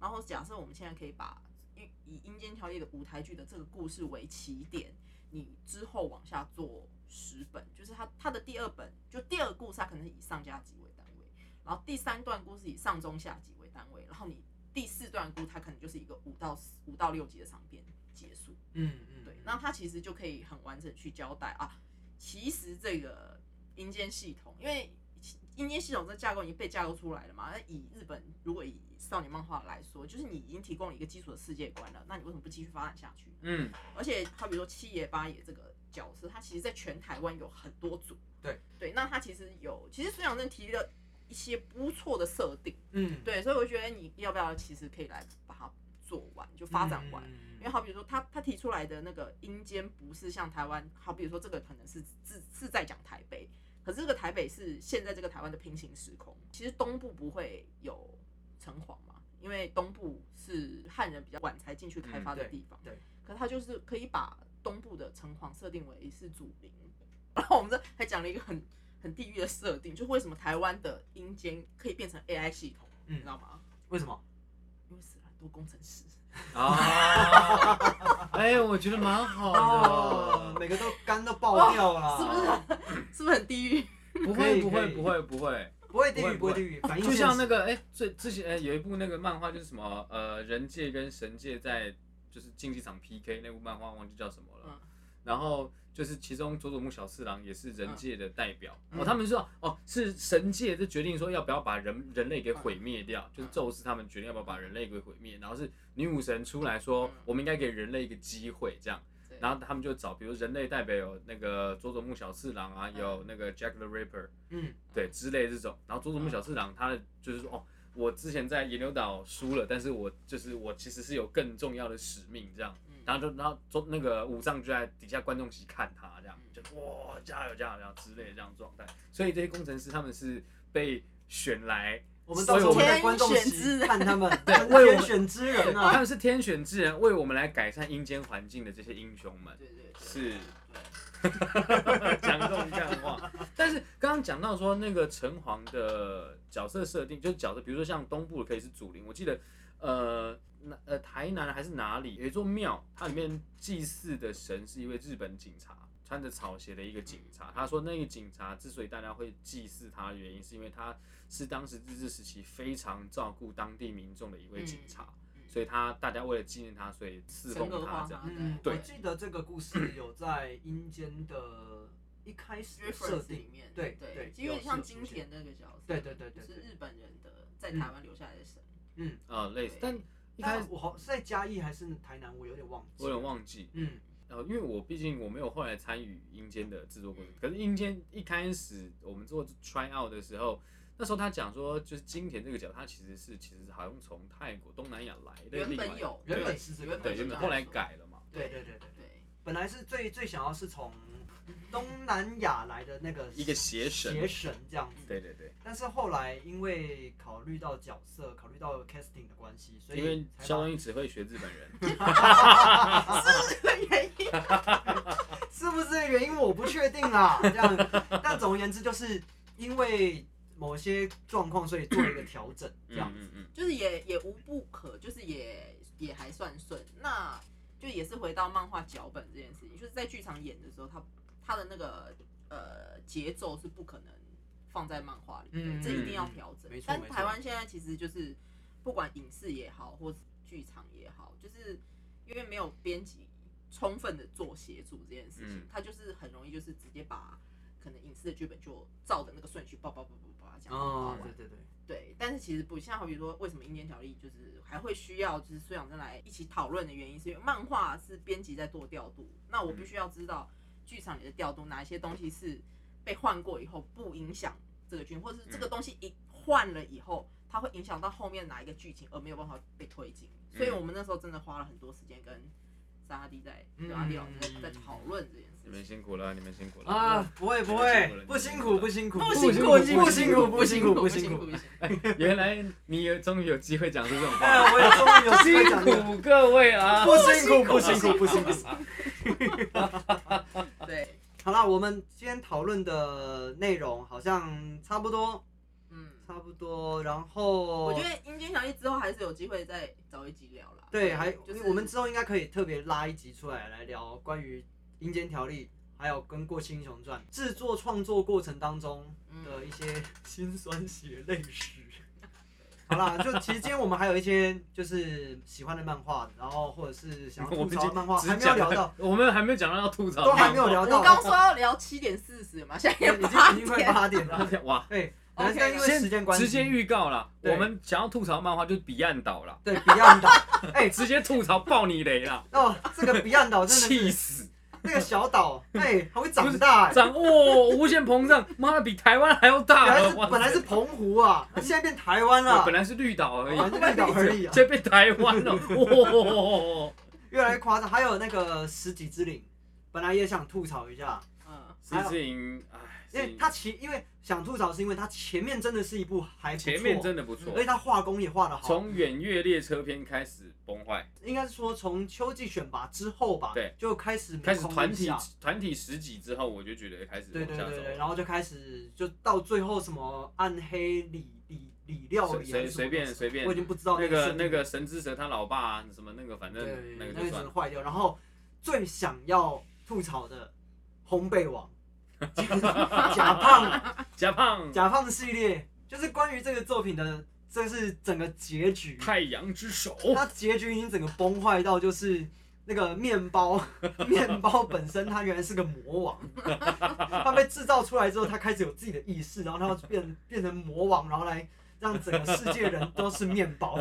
E: 然后假设我们现在可以把以以阴间条例的舞台剧的这个故事为起点，你之后往下做十本，就是他他的第二本，就第二个故事，它可能是以上下集为单位，然后第三段故事以上中下集为单位，然后你第四段故事它可能就是一个五到十五到六集的长片结束。
B: 嗯嗯，
E: 对，那他其实就可以很完整去交代啊，其实这个阴间系统，因为其阴间系统这架构已经被架构出来了嘛。那以日本如果以少年漫画来说，就是你已经提供了一个基础的世界观了，那你为什么不继续发展下去？ <laughs>
D: 嗯
E: 而且他比如说七爷八爷这个角色，他其实在全台湾有很多组。
B: 对
E: 对，那他其实有，其实孙杨正提了一些不错的设定，
B: 嗯，
E: 对，所以我觉得你要不要其实可以来把它做完，就发展完。
B: 嗯
E: 因为好比说他他提出来的那个阴间不是像台湾，好比说这个可能是是是在讲台北，可是这个台北是现在这个台湾的平行时空，其实东部不会有城隍嘛，因为东部是汉人比较晚才进去开发的
B: 嗯
E: 地方，
B: 对对
E: 可他就是可以把东部的城隍设定为是祖灵，然后我们这还讲了一个很很地域的设定，就为什么台湾的阴间可以变成 AI 系统，
B: 嗯
E: 你知道吗？
B: 为什么？
E: 因为死了很多工程师。 <laughs>
D: 啊，哎，我觉得蛮好
B: 哦，
D: 的，
B: 每个都肝都爆掉了，
E: 呃 <laughs> 是不是很？是不是很地狱？
D: 不
B: 可以
D: 会不
B: 可
D: 会
B: 以
D: 不会不会，
B: 不会地狱，不
D: 不
B: 会
D: 会
B: 地狱，反应
D: 就像那
B: 现实
D: 个哎，最之前哎有一部那个漫画就是什么呃人界跟神界在就是竞技场 PK 那部漫画忘记叫什么了
E: 嗯，
D: 然后就是其中佐佐木小次郎也是人界的代表
E: 嗯
D: 哦，他们说哦是神界就决定说要不要把人人类给毁灭掉，
E: 嗯
D: 就是宙斯他们决定要不要把人类给毁灭，然后是女武神出来说
E: 嗯
D: 我们应该给人类一个机会这样。
E: 对
D: 然后他们就找，比如人类代表有那个佐佐木小次郎啊，
E: 嗯
D: 有那个 Jack the Ripper，
B: 嗯，
D: 对之类这种。然后佐佐木小次郎他的就是说，哦，我之前在研究岛输了，但是我就是我其实是有更重要的使命这样。
E: 嗯
D: 然后就然后佐那个武藏就在底下观众席看他这样
E: 嗯，
D: 就哇加油加油加油之类的这样的状态。所以这些工程师他们是被选来，
B: 我们到时候我们在观众
E: 天选之
B: 席
E: 人
B: 看他们，
D: <laughs> 对
B: 看
D: 为我
B: 天
D: 们
B: 选之人
D: 他
B: 啊，
D: 们是天选之人，为我们来改善阴间环境的这些英雄们。
E: 对对对，
D: 是
E: 对，
D: 讲这种干话。但是刚刚讲到说那个城隍的角色设定，就是角色，比如说像东部的可以是祖灵，我记得呃那呃台南还是哪里有一座庙，它里面祭祀的神是一位日本警察，穿着草鞋的一个警察。他说那个警察之所以大家会祭祀他的原因，是因为他是当时日治时期非常照顾当地民众的一位警察。
E: 嗯嗯
D: 所以他大家为了纪念他，所以侍奉
E: 神格化
D: 他这样
E: 他。
B: 嗯，我
D: 对
B: 记得这个故事有在阴间的一开始的设
E: reference 里
B: 定，
E: 面，
B: 对
E: 对
B: 对
E: 其实有点像
B: 有是有
E: 金田那个角色，
B: 对对对对
E: 就是
B: 对
E: 日本人的在台湾留下来的神，
D: 呃，类似，但一开
B: 但嗯
D: 始
B: 我好是在嘉义还是台南，我有点忘记，
D: 我有点，忘记，
B: 嗯，
D: 呃，因为我毕竟我没有后来参与阴间的制作过程，可是阴间一开始我们做 try out 的时候，那时候他讲说，就是金田这个角，他其实是其实好像从泰国东南亚来的
E: 原
D: 另外一个，
E: 本有，
B: 原本
E: 对
B: 是这个
E: 原
D: 嗯对
E: 是
D: 原
E: 这
D: 本
E: 样
D: 后来
E: 说，
D: 改了嘛，
B: 对对对对对，
E: 对，
B: 本来是最最想要是从东南亚来的那个
D: 一个邪神
B: 邪神这样子，
D: 对对对，
B: 但是后来因为考虑到角色，考虑到 casting 的关系，所以
D: 因为
B: 才把
D: 相当于只会学日本人，
E: 是 <laughs> 这个原因，
B: 是不是原因我不确定啦。这样，但总而言之，就是因为某些状况，所以做了一个调整， <laughs> 这样
D: 嗯。嗯嗯，
E: 就是也也无不可，就是也也还算顺，那就也是回到漫画脚本这件事情，就是在剧场演的时候，他他的那个呃节奏是不可能放在漫画里，
B: 嗯
E: 对，这一定要调整。
B: 没错
E: 但
B: 没错
E: 台湾现在其实就是不管影视也好，或是剧场也好，就是因为没有编辑充分的做协助这件事情
D: 嗯，
E: 他就是很容易就是直接把可能影视的剧本就照着那个顺序叭叭叭叭叭这样子画
B: 哦
E: 完，。
B: 对对对，
E: 对，但是其实不像，好比说为什么《阴间条例》就是还会需要就是苏养真来一起讨论的原因，是因为漫画是编辑在做调度，那我必须要知道剧场里的调度哪一些东西是被换过以后不影响这个剧情，或者是这个东西一换了以后，它会影响到后面哪一个剧情而没有办法被推进。所以我们那时候真的花了很多时间跟沙迪在跟阿迪老师在在讨论这件
D: 你
E: 事
D: 们
E: 情。
D: 辛苦了，你们辛苦了
B: 啊，，不会不会，不辛苦不辛苦，
E: 不
D: 辛
E: 辛
D: 苦
E: 苦，
B: 不辛苦不辛苦
E: 不
B: 不
E: 辛
B: 辛
E: 苦，
B: 苦。
E: 不辛苦。
D: 原来你有终于有机会讲出这种
B: 哎，
D: 话，
B: 我也终于有机会
D: <laughs> 辛
B: 讲这个
D: 苦各位啊，
B: 不辛苦不辛苦不辛苦。
E: 对，
B: 好啦，我们今天讨论的内容好像差不多，
E: 嗯。
B: 差不多。然后
E: 我觉得《阴间小丽》之后还是有机会再找一集聊啦。
B: 对，还
E: 就是
B: 我们之后应该可以特别拉一集出来来聊关于《阴间条例》，还有跟《过气英雄传》制作创作过程当中
E: 嗯
B: 的一些 <laughs> 辛酸血泪史。 <laughs> 好啦，就其实今天我们还有一些就是喜欢的漫画，然后或者是想要
D: 我
B: 吐
D: 们
B: 槽的漫画，
D: 只
B: 还没有
D: 讲
B: 聊
D: 了 <laughs>
B: 到，，
D: 我们还没有讲到要吐槽，
B: 都还没有聊
E: 我
B: 到，
E: 刚刚说要聊七点四十嘛，现在也
B: 已
E: 八
B: 经已经快
E: 点。
B: 八点
D: <laughs>
B: 了。
D: 哇，
B: 对，
E: OK
B: 但是因为时间关系，
D: 直接预告了，
B: 对
D: 我们想要吐槽漫画就是《彼岸岛》
B: <laughs>
D: 了，
B: 对 Beyond 岛，哎、
D: 直接吐槽爆你雷
B: <laughs>
D: 了，
B: 哦，这个 Beyond 岛真的
D: 气
B: 是
D: 死！
B: 那个小岛，哎、还会长大、哎。
D: 长哦，无限膨胀，妈的比台湾还要大
B: 本来
D: 了
B: 是，
D: 哇塞
B: 本来是啊澎湖啊，那现在变台湾了啊
D: 本。来是绿岛而已， <laughs>
B: <laughs> 本来是绿岛而已啊
D: 这被台湾了，哇！
B: 越来越夸张。还有那个十级之灵，本来也想吐槽一下，
E: 嗯，
D: 狮子营，哎，
B: 因为它其因为想吐槽是因为它前面真的是一部还不错
D: 前面真的不错
B: 而，且它画工也画得好，
D: 从远月列车篇开始崩坏，
B: 应该是说从秋季选拔之后吧，
D: 对，
B: 就开始
D: 开始
B: 每空一
D: 团体
B: 下
D: 团体十几之后，我就觉得开始
B: 对
D: 往
B: 对
D: 下
B: 对
D: 走
B: 对，然后就开始就到最后什么暗黑里里里料理啊
D: 随
B: 什么
D: 随
B: 的
D: 随便随便
B: 我已经不知道
D: 那
B: 个
D: 个
B: 设定
D: 那个神之蛇他老爸、啊、什么那个，反正
B: 对
D: 那个
B: 那
D: 就
B: 个
D: 算
B: 整
D: 了。
B: 坏掉。然后最想要吐槽的烘焙
D: <laughs>
B: 王，假胖
D: 加胖
B: 假胖系列，就是关于这个作品的，这是整个结局。
D: 太哦阳
B: <laughs>
D: 之手，
B: 它结局已经整个崩坏到，就是那个面包，面包本身它原来是个魔王，它被制造出来之后，它开始有自己的意识，然后它就变变成魔王，然后来让整个世界人都是面包。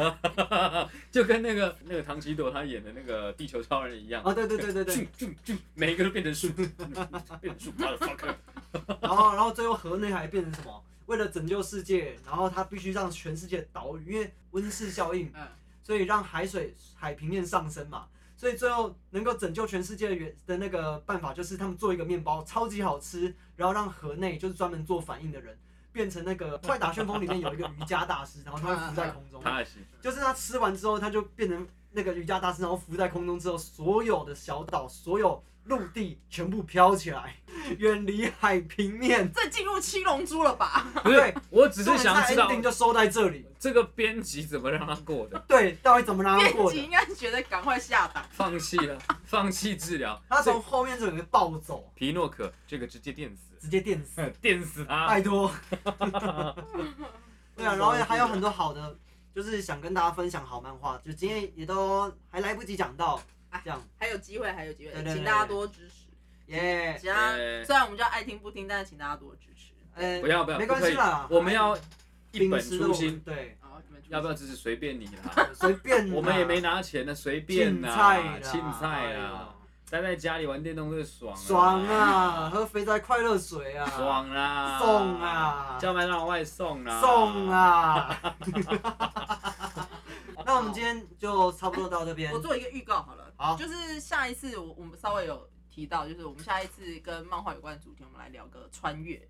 D: 就跟那个那个唐奇朵他演的那个地球超人一样。
B: 哦，对对对对对， <laughs>
D: 咻咻咻，每一个都变成树， <laughs> 变成树，motherfucker，
B: <laughs> 然后然后最后河内还变成什么？为了拯救世界，然后他必须让全世界岛屿，因为温室效应
E: 嗯，
B: 所以让海水海平面上升嘛。所以最后能够拯救全世界的原的那个办法，就是他们做一个面包，超级好吃，然后让河内就是专门做反应的人变成那个《快打旋风》里面有一个瑜伽大师，然后他会浮在空
D: <laughs>
B: 中，
D: 他行，
B: 就是他吃完之后，他就变成那个瑜伽大师，然后浮在空中之后，所有的小岛、所有陆地全部飘起来，远离海平面。
E: 这进入七龙珠
B: <laughs>
E: 了吧？
D: 不是，我只是想知道
B: ending 就收在这里。
D: 这个编辑怎么让他过的， <laughs>
B: 对，到底怎么让他
E: 编
B: 过
E: 辑
B: 的
E: 应？该觉得赶快下档，
D: 放弃了，放弃治疗，
B: <laughs> 他从后面整个暴走，
D: 皮诺可这个直接电死， <laughs>
B: 直接电死，
D: 电死他
B: 拜，
D: <laughs>
B: 托。对啊，然后还有很多好的，就是想跟大家分享好漫画，就今天也都还来不及讲到，这样
E: 还有机会，还有机会
B: 对对，对
E: 请大家多支持。
B: 耶。
E: 请大家
D: 对
E: 虽然我们叫爱听不听，但是请大家多支持。
B: 呃
D: 哎不要不要，
B: 没
D: 不
B: 关
D: 可
B: 系
D: 以
B: 啦，，
D: 我们要一
B: 秉
D: 本
B: 持着我
D: 初
B: 们
D: 心，
B: 对，
E: 好，你们出去
D: 要不要支持随便你
B: <laughs>
D: 啦，
B: 随便啦，
D: 我们也没拿钱呢，随便
B: 进
D: 啦，
B: 嗯啊菜哎
D: 青菜啊啦，，待在家里玩电动最爽，
B: 爽，啊，喝肥宅快乐水啊，
D: 哎爽啦，
B: 送啊
D: 叫麦当劳外送啦，
B: 送，
E: <laughs>
B: 啊！那我们今天就差不多到这边
E: 我。做一个预告好了，
B: 好
E: 就是下一次我我们稍微有提到，就是我们下一次跟漫画有关的主题，我们来聊个穿越。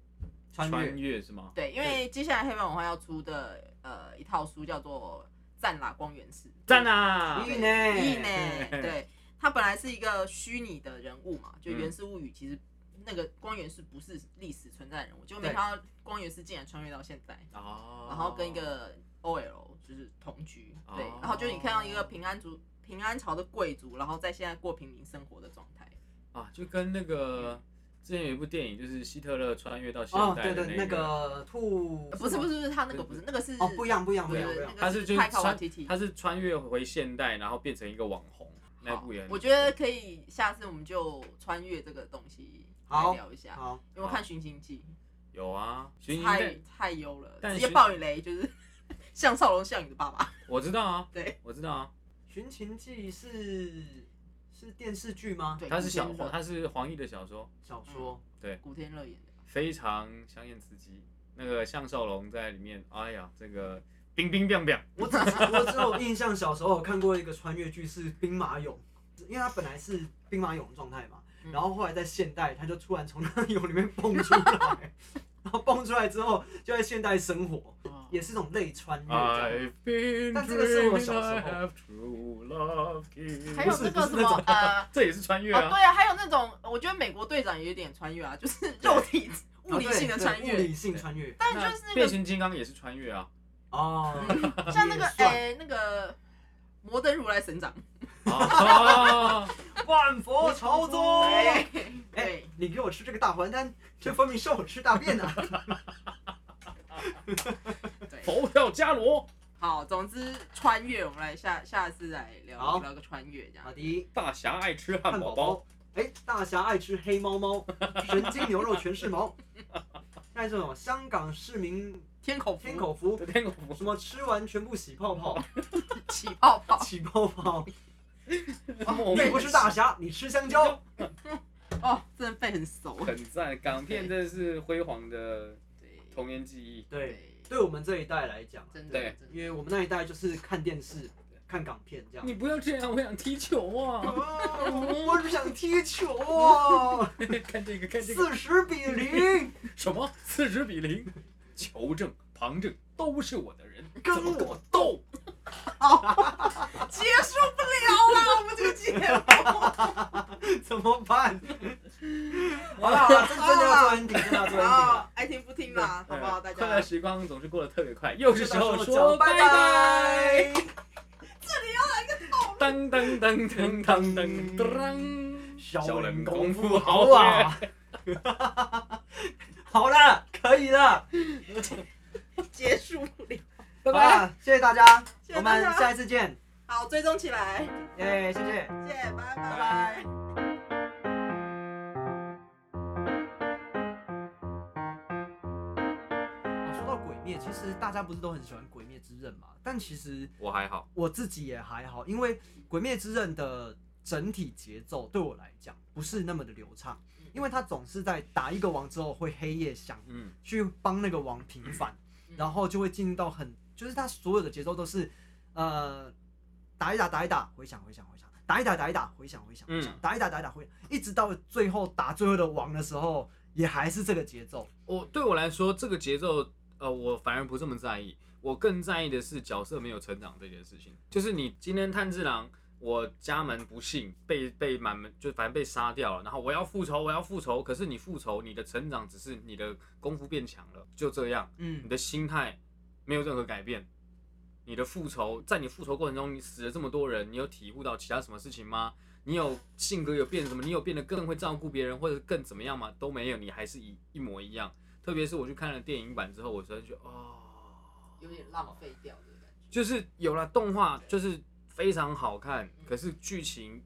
B: 穿
D: 穿
B: 越，
D: 越是吗？
E: 对，因为接下来黑板文化要出的呃一套书叫做《战啦光源氏》，
D: 赞啊！
B: 一
E: 对
B: 呢
E: 一呢，对，它本来是一个虚拟的人物嘛，就《源氏物语》，其实那个光源氏不是历史存在的人物，结果没
B: 对
E: 想到光源氏竟然穿越到现在，
D: 哦
E: 然后跟一个 OL 就是同居，对
D: 哦，
E: 然后就你看到一个平安族平安朝的贵族，然后在现在过平民生活的状态。
D: 啊，就跟那个之前有一部电影，就是希特勒穿越到现
B: 哦，
D: 代
B: 对
D: 的
B: 对，
D: 那
B: 那个兔
E: 呃不是不是不是，他那个不是，那个是
B: 哦，不一样不一样不一
E: 对
B: 样
E: 对
B: 不一
E: 对
B: 样，
E: 那
D: 他
E: 个
D: 是就是
E: 派卡瓦
D: 穿
E: 提提。
D: 他是穿越回现代，然后变成一个网红，那
E: 好
D: 部也很
E: 我觉得可以，下次我们就穿越这个东西来
B: 好
E: 聊一下。
B: 好，
E: 因为我看《寻秦记
D: 有啊，寻》秦
E: 太
D: 记
E: 太优了，
D: 但
E: 直接
D: 寻
E: 爆你雷，就是 <laughs> 像少龙像你的爸爸。
D: 我知道啊，
E: 对，
D: 我知道啊，
B: 《寻秦记》是是电视剧吗？
E: 对，
D: 他是
E: 古
D: 小
E: 天乐
D: 他是黄奕的小说，
B: 小说
E: 古天乐演的，
D: 非常香艳刺激。那个项少龙在里面，哎呀，这个冰冰冰冰，
E: 嗯
B: 我只是我只有印象，小时候有看过一个穿越剧是兵马俑，因为他本来是兵马俑的状态嘛，
E: 嗯
B: 然后后来在现代他就突然从那个俑里面蹦出来， <laughs> 然后蹦出来之后就在现代生活，也是一种类穿越这样。
E: 哎
D: I've been
B: 但这哦个是我小时候
D: dreaming I have true love you
E: 还有
B: 不是
E: 那
B: 不
E: 个什
B: 是那
E: 么
B: 种
E: 呃，
D: 这也是穿越
E: 哦
D: 啊，
E: 对啊，还有那种我觉得美国队长也有点穿越啊， <laughs> 就是肉体物理性的穿
B: 啊对对物
E: 越。
B: 理性穿越
E: 但就是那
D: 变
E: 个
D: 形金刚也是穿越啊，
E: <laughs>
B: 哦，
E: 像那个
B: 也算
E: 哎那个摩登如来神掌，
D: 哦，
B: 万佛朝宗。
E: 对
B: 哎
E: <laughs> 对，，
B: 你给我吃这个大还丹，这分明是我吃大便啊
E: <laughs>
B: 呐、
D: 佛跳伽罗，
E: 好，总之穿越，我们来下下次来聊
B: 好
E: 聊个穿越这样
B: 好。的，
D: 大侠爱吃汉
B: 汉
D: 堡
B: 堡
D: 包 <laughs>
B: 包，。哎，大侠爱吃黑猫
E: <laughs>
B: 猫，神经牛肉全是毛。那这种香港市民
E: 天口服
B: 天口
E: <laughs>
B: 服，
D: 天狗服
B: 什么吃完全部起泡泡，
E: 起泡泡，
B: 起泡泡。
D: 哦
B: 你啊不是大侠，你吃香蕉。
E: <laughs> 哦，真的背很熟。
D: 很赞，港片真的是辉煌的
E: 对
D: 童年记忆。
B: 对，
E: <laughs> 对，
B: 对我们这一代来讲，
E: 真的
D: 对
E: 真的
B: 因为我们那一代就是看电视，看港片这样
D: 你。不要这样，我想踢球啊！ <laughs>
B: 啊我只想踢 <laughs> 球啊！
D: 看这个，看这个，
B: 四十比零，
D: 什么四十比零？球证、旁证都是我的人，
B: 跟
D: 怎么跟
B: 我
D: 我斗？
E: 啊结束不了了，我们这个节目。
B: <laughs>
E: 啊
B: 怎么办？ <laughs> 好了好了，这真的要做 ending，真的要做 ending
E: 啊，爱听不听啦，好不好？大
D: 哎快乐
E: 家
D: 时光总是过得特别快，又是时候
B: 是时候
D: 说
B: 讲
D: 拜
B: 拜
D: 拜
B: 拜。
D: 当当当当当当当，
B: 少林功夫好啊！ <laughs> 好了，可以了，
E: 结束不了。
D: 拜
B: 拜
D: 拜。，
B: 谢谢大家，
E: 谢
B: 我
E: 谢大
B: 们
E: 家
B: 下一次见，
E: 好，追踪起来，
B: 耶，谢谢。
E: 谢谢，
B: 拜
E: 拜拜
B: 拜。哦说到鬼灭，其实大家不是都很喜欢《鬼灭之刃》嘛？但其实
D: 我还好，
B: 我自己也还好，因为《鬼灭之刃》的整体节奏对我来讲不是那么的流畅，因为它总是在打一个王之后会黑夜响
D: 嗯，
B: 去帮那个王平反，
E: 嗯
B: 然后就会进入到很，就是他所有的节奏都是，呃，打一打打一打，回响回响回响，打一打打一打，回响回响回响
D: 嗯，
B: 打一打打一打回响，一直到最后打最后的王的时候，也还是这个节奏。
D: 我对我来说这个节奏，呃，我反而不这么在意，我更在意的是角色没有成长这件事情。就是你今天炭治郎，我家门不幸被被满门，就反正被杀掉了，然后我要复仇，我要复仇，可是你复仇，你的成长只是你的功夫变强了，就这样。
B: 嗯
D: 你的心态没有任何改变，你的复仇，在你复仇过程中，你死了这么多人，你有体悟到其他什么事情吗？你有性格有变什么？你有变得更会照顾别人，或者更怎么样吗？都没有，你还是一一模一样。特别是我去看了电影版之后，我真的觉得哦，
E: 有点浪费掉的感觉。
D: 就是有了动画，就是非常好看，可是剧情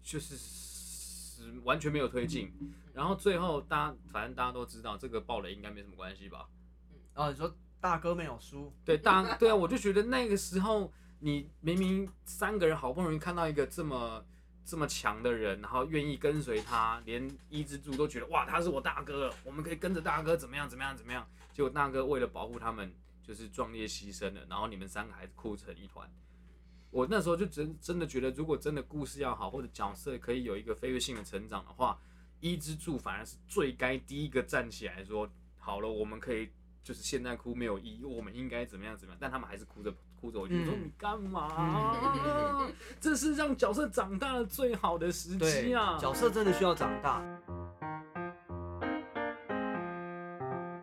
D: 就是是完全没有推进。然后最后大家反正大家都知道，这个暴雷应该没什么关系吧？
B: 哦，你说大哥没有输，
D: 对，大对啊，我就觉得那个时候你明明三个人好不容易看到一个这么这么强的人，然后愿意跟随他，连伊之助都觉得哇他是我大哥了，我们可以跟着大哥怎么样怎么样怎么样。结果大哥为了保护他们，就是壮烈牺牲了，然后你们三个还哭成一团。我那时候就真真的觉得，如果真的故事要好，或者角色可以有一个飞跃性的成长的话，伊之助反而是最该第一个站起来说：“好了，我们可以就是现在哭没有意义，我们应该怎么样怎么样。”但他们还是哭着哭着回去，我就说：“
B: 嗯
D: 你干嘛？这是让角色长大的最好的时
B: 对
D: 机啊！”，
B: 角色真的需要长大。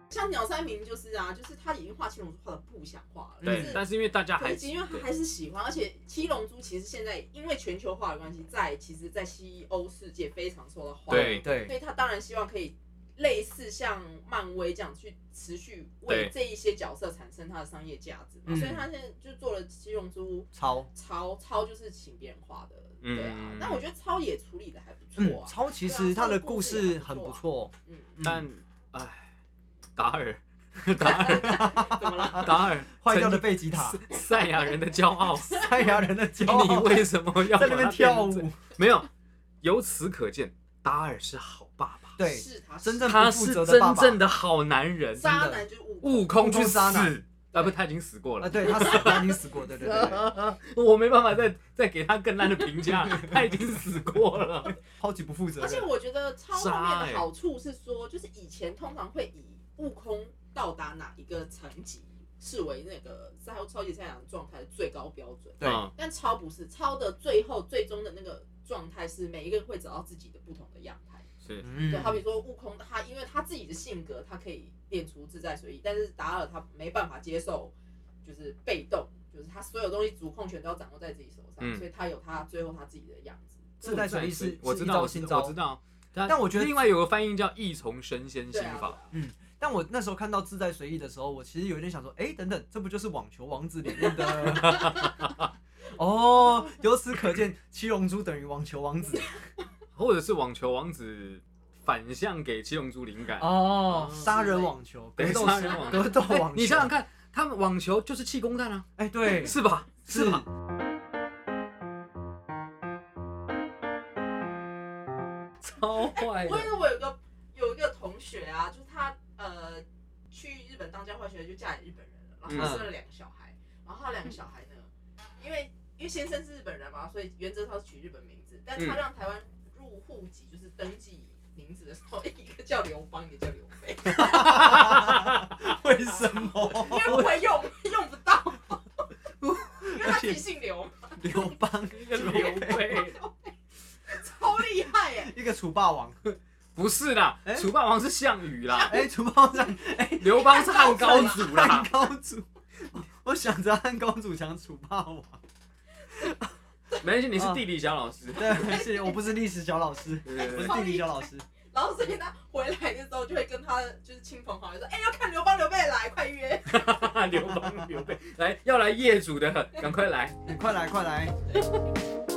E: 像鸟山明就是啊，就是他已经画七龙珠画的不想画了，
B: 嗯
D: 对
E: 就是，
D: 但是因为大家还
E: 对，因为他还是喜欢，而且七龙珠其实现在因为全球化的关系，在其实在西欧世界非常受到欢
D: 对
E: 迎，
B: 对，
E: 所以他当然希望可以类似像漫威这样去持续为
D: 对
E: 这一些角色产生它的商业价值嘛，
B: 嗯
E: 所以他现在就做了七龙珠
B: 超，
E: 超超就是请别人画的，
D: 嗯
E: 对啊，但我觉得超也处理的还不
B: 嗯
E: 错，啊，
B: 超其
E: 对啊
B: 实他
E: 这
B: 的
E: 个
B: 故
E: 故事也
B: 事
E: 很
B: 很
E: 不
B: 不
E: 错
B: 错，
E: 嗯，
D: 啊但唉，达尔， <laughs> 达尔，
E: <laughs> 怎么了？
D: 达尔，
B: 坏掉的
D: 曾
B: 贝吉 <laughs> 塔，
D: 经赛亚人的骄
B: <laughs>
D: 傲，
B: 太阳人的骄
D: 你
B: 傲，
D: 为什么要
B: <laughs> 在那
D: 把
B: 边
D: 它变
B: 跳
D: 成这 <laughs>
B: 舞，
D: 没有，由此可见，达尔是好爸爸，
B: 对，
E: 是他
B: 真正
D: 他
B: 不负
D: 是
B: 责的爸
D: 真
B: 爸
D: 正的好男人。
E: 渣男就是
D: 悟空去
B: 悟空
D: 死
B: 渣男
D: 啊！不，他已经死过
B: 啊，
D: 了。
B: 对他死过，已经死过，对对对 <laughs> 对，
E: <laughs>
B: 呃
D: 我没办法再再给他更烂的
B: <laughs>
D: 评价，他已经死过了。
B: 超级不负责
E: 而且
B: 任。
E: 我觉得超后
D: 渣
E: 面
D: 欸
E: 的好处是说，就是以前通常会以悟空到达哪一个层级视为那个赛后超级赛亚人状态的最高标准，
B: 对
D: 嗯
E: 但超不是，超的最后最终的那个状态是每一个人会找到自己的不同的样态。
D: 是
B: 嗯
E: 对，好比说悟空，他因为他自己的性格，他可以练出自在随意，但是达尔他没办法接受，就是被动，就是他所有东西主控权都要掌握在自己手上，
D: 嗯
E: 所以他有他最后他自己的样子。啊
B: 自带随意是
D: 我
B: 是
D: 知
B: 一
D: 道，
B: 招
D: 我知
B: 新
D: 道，
B: 招
D: 我知。道。
B: 但我觉得
D: 另外有个翻译叫“异从神仙心
E: 对啊，对
D: 法
E: 啊
B: 但我那时候看到自在随意的时候，我其实有点想说，哎，等等，这不就是网球王子里面的？
D: <laughs>
B: 哦，由此可见，七龙珠等于网球王
D: <laughs>
B: 子”，
D: 或者是“网球王子”反向给七龙珠灵感。
B: 哦，杀人网球，
D: 嗯对
B: 格斗
D: 杀
B: 士
D: 人网球哎
B: 格斗网球。
D: 你想想，看，他们网球就是气功弹啊，
B: 哎，对，
D: 是吧？是吧？ <laughs> 超坏
E: 我
D: 的
E: 有一个我有一个有一个同学啊，就是他呃去日本当交换学生，就嫁给日本人了，然后生了两个小孩，然后他两个小孩呢，因为。因为先生是日本人嘛，所以原则上是取日本名字，但他
D: 嗯
E: 让台湾入户籍就是登记名字的时候， <laughs> 一个叫刘邦，一个叫刘备，
B: <laughs> 为什么？
E: 因为不会用，用不到，因为他自己姓刘，
B: 刘邦
D: 一个刘备，
E: 超厉害耶！
B: 一个楚霸王，
D: <laughs>
B: <laughs>
D: 不是啦
B: 哎，
D: 楚霸王是项羽啦，
B: 哎，楚霸王在
D: 刘邦是汉高祖啦
B: 汉。高祖， <laughs> 我我想着汉高祖讲楚霸王，
D: 没关系，你
B: 嗯
D: 是地理小
B: <laughs>
D: 老师。
B: 对，没事，我不是历史小老师，
D: 对对
B: 我是
D: 对
B: 地理小老师，
E: 然后所以他回来的时候就会跟他就是亲朋好友说，哎、要看刘邦刘备来，快约！
D: <laughs> 对，刘邦刘备来要来业主的，赶快来。
B: 你快来快来。